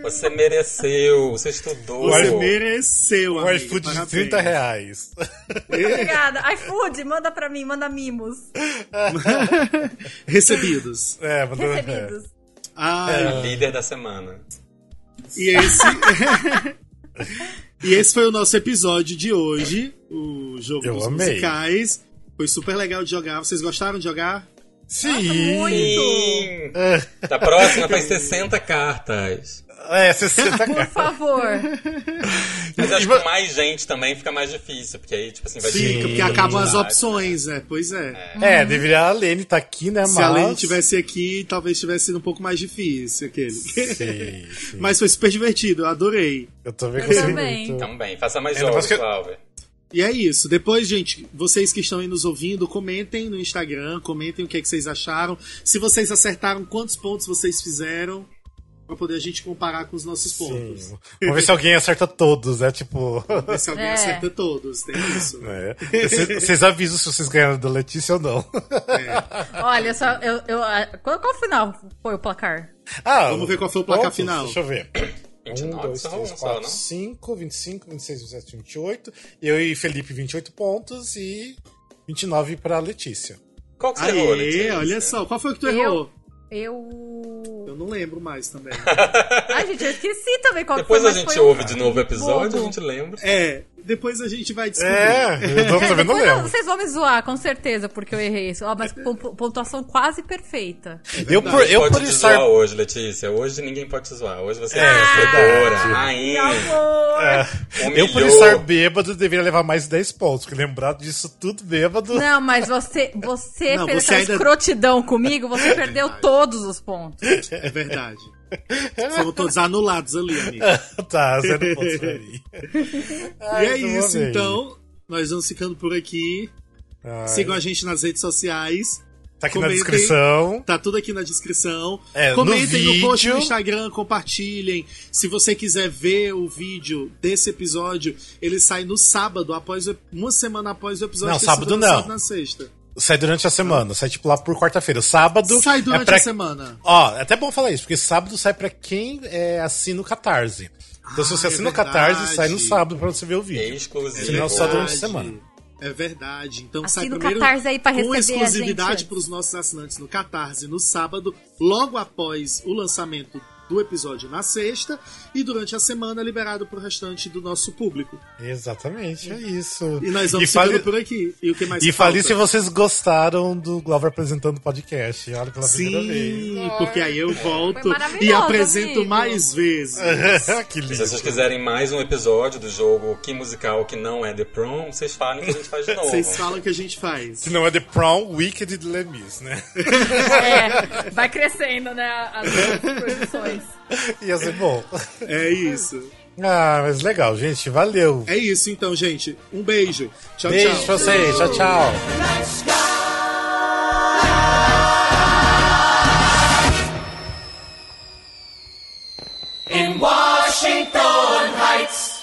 S3: Você mereceu, você estudou.
S2: Você
S5: iFood.
S2: mereceu,
S5: Um
S2: amigo.
S5: iFood de
S2: parabéns.
S5: 30 reais.
S3: É.
S4: Obrigada. iFood, manda pra mim, manda mimos.
S2: Recebidos.
S5: É, mas
S4: Recebidos.
S2: Ai,
S3: A líder da semana.
S2: E esse. e esse foi o nosso episódio de hoje. O jogo
S5: Eu
S2: dos
S5: amei.
S2: musicais. Foi super legal de jogar. Vocês gostaram de jogar?
S5: Sim!
S3: Sim! Da próxima faz 60 cartas.
S5: É, 60
S4: Por favor.
S3: Mas
S5: E
S3: acho
S5: vo-
S3: que mais gente também fica mais difícil, porque aí, tipo assim, vai
S5: Sim,
S3: ter-
S2: Porque acabam as
S3: Verdade.
S2: opções, né? Pois é.
S5: É, deveria a Lene tá aqui, né, mas...
S2: Se a Lene tivesse aqui, talvez tivesse sido um pouco mais difícil aquele.
S5: Sim, sim.
S2: Mas foi super divertido, eu adorei.
S5: Eu também
S4: Eu
S5: gostei
S4: também. então.
S5: muito.
S3: Também, faça mais
S5: É,
S3: jogos,
S5: depois que-
S3: Cláudio.
S2: E é isso. Depois, gente, vocês que estão aí nos ouvindo, comentem no Instagram, comentem o que, é que vocês acharam. Se vocês acertaram, quantos pontos vocês fizeram, pra poder a gente comparar com os nossos pontos.
S5: Sim. Vamos ver se alguém acerta todos, né? Tipo.
S2: Ver se alguém
S4: É.
S2: acerta todos, tem isso.
S5: né? Vocês- Vocês avisam se vocês ganharam da Letícia ou não.
S2: É.
S4: Olha, só, eu, eu, ah, qual, qual final foi o placar?
S5: Ah,
S2: Vamos ver qual foi o placar final.
S5: Deixa eu ver. 1,
S3: 29
S5: 2,
S3: só um
S5: 3,
S3: só,
S5: 4,
S3: não?
S5: 5, 25, 26, 27, 28. Eu e Felipe, 28 pontos e 29 pra Letícia.
S3: Qual que você errou,
S5: né?
S2: Aê,
S3: Letícia?
S2: olha só. Qual foi que tu
S4: Eu?
S2: errou?
S4: Eu.
S2: Eu não lembro mais também.
S4: Ai, gente, eu esqueci também qual que
S3: Depois
S4: foi,
S3: a
S4: mas
S3: gente
S4: foi um-
S3: ouve de novo o episódio, a
S4: Bobo.
S3: gente lembra.
S2: É, depois a gente vai descobrir.
S5: É, eu não- também não
S4: Depois
S5: lembro.
S4: vocês vão me zoar, com certeza, porque eu errei isso. Ó, mas pon- pontuação quase perfeita.
S2: É
S5: Eu por, eu
S3: pode
S5: por
S3: te
S5: estar. Ah,
S3: zoar hoje, Letícia. Hoje ninguém pode te zoar. Hoje você é
S5: verdade.
S3: vencedora, rainha,
S4: Amor!
S5: É.
S2: um
S5: Eu por
S3: humilhou.
S5: estar bêbado deveria levar mais 10 pontos, porque lembrar disso tudo bêbado.
S4: Não, mas você, você
S2: Não,
S4: fez essa
S2: você ainda-
S4: escrotidão comigo, você perdeu todos os pontos.
S2: É verdade. Foram todos anulados ali, amigo.
S5: tá, zero pontos pra mim.
S2: E
S5: Ai,
S2: é
S5: eu
S2: isso,
S5: amei.
S2: então. Nós vamos ficando por aqui.
S5: Ai,
S2: Sigam a gente nas redes sociais.
S5: tá aqui na
S2: comentem.
S5: descrição.
S2: Tá tudo aqui na descrição.
S5: É,
S2: Comentem
S5: no
S2: no, post
S5: vídeo.
S2: no Instagram, compartilhem. Se você quiser ver o vídeo desse episódio, ele sai no sábado, após o- uma semana após o episódio.
S5: Não,
S2: ter
S5: sábado
S2: sido
S5: não.
S2: lançado Na sexta.
S5: Sai durante a semana, sai tipo lá por quarta-feira. Sábado.
S2: Sai durante
S5: é pra...
S2: a semana.
S5: Ó, é até bom falar isso, porque sábado sai pra quem é, assina o Catarse. Então, se
S2: Ah,
S5: você
S2: é
S5: assina o
S2: verdade.
S5: Catarse, sai no sábado pra você ver o vídeo.
S3: É Exclusivo.
S5: Senão só um
S2: Verdade.
S5: durante a semana.
S2: É verdade. Então sai
S4: Assina o
S2: primeiro
S4: Catarse aí pra
S2: com
S4: receber a
S2: exclusividade
S4: gente.
S2: para os nossos assinantes no Catarse no sábado, logo após o lançamento do episódio na sexta e durante a semana liberado para o restante do nosso público.
S5: Exatamente, é isso.
S2: E nós vamos
S5: e
S2: ficando
S5: fale,
S2: por aqui. E o que mais
S5: e
S2: falta?
S5: fale se vocês gostaram do Glover apresentando o podcast. Olha pela primeira vez.
S2: Sim, porque aí eu volto
S4: Foi maravilhoso,
S2: e apresento
S4: amigo.
S2: mais vezes.
S5: que
S3: Se
S5: lindo.
S3: vocês quiserem mais um episódio do jogo Que Musical Que Não É The Prom, vocês falem que a gente faz de novo.
S2: Vocês falam que a gente faz.
S5: Se não é The Prom, Wicked de Lemis, né?
S4: É, vai crescendo, né, as produções.
S5: Ia ser bom.
S2: É isso.
S5: Ah, mas legal, gente. Valeu.
S2: É isso então, gente. Um beijo. Tchau,
S5: Beijo
S2: tchau.
S5: pra vocês. Tchau, tchau.
S1: In Washington Heights.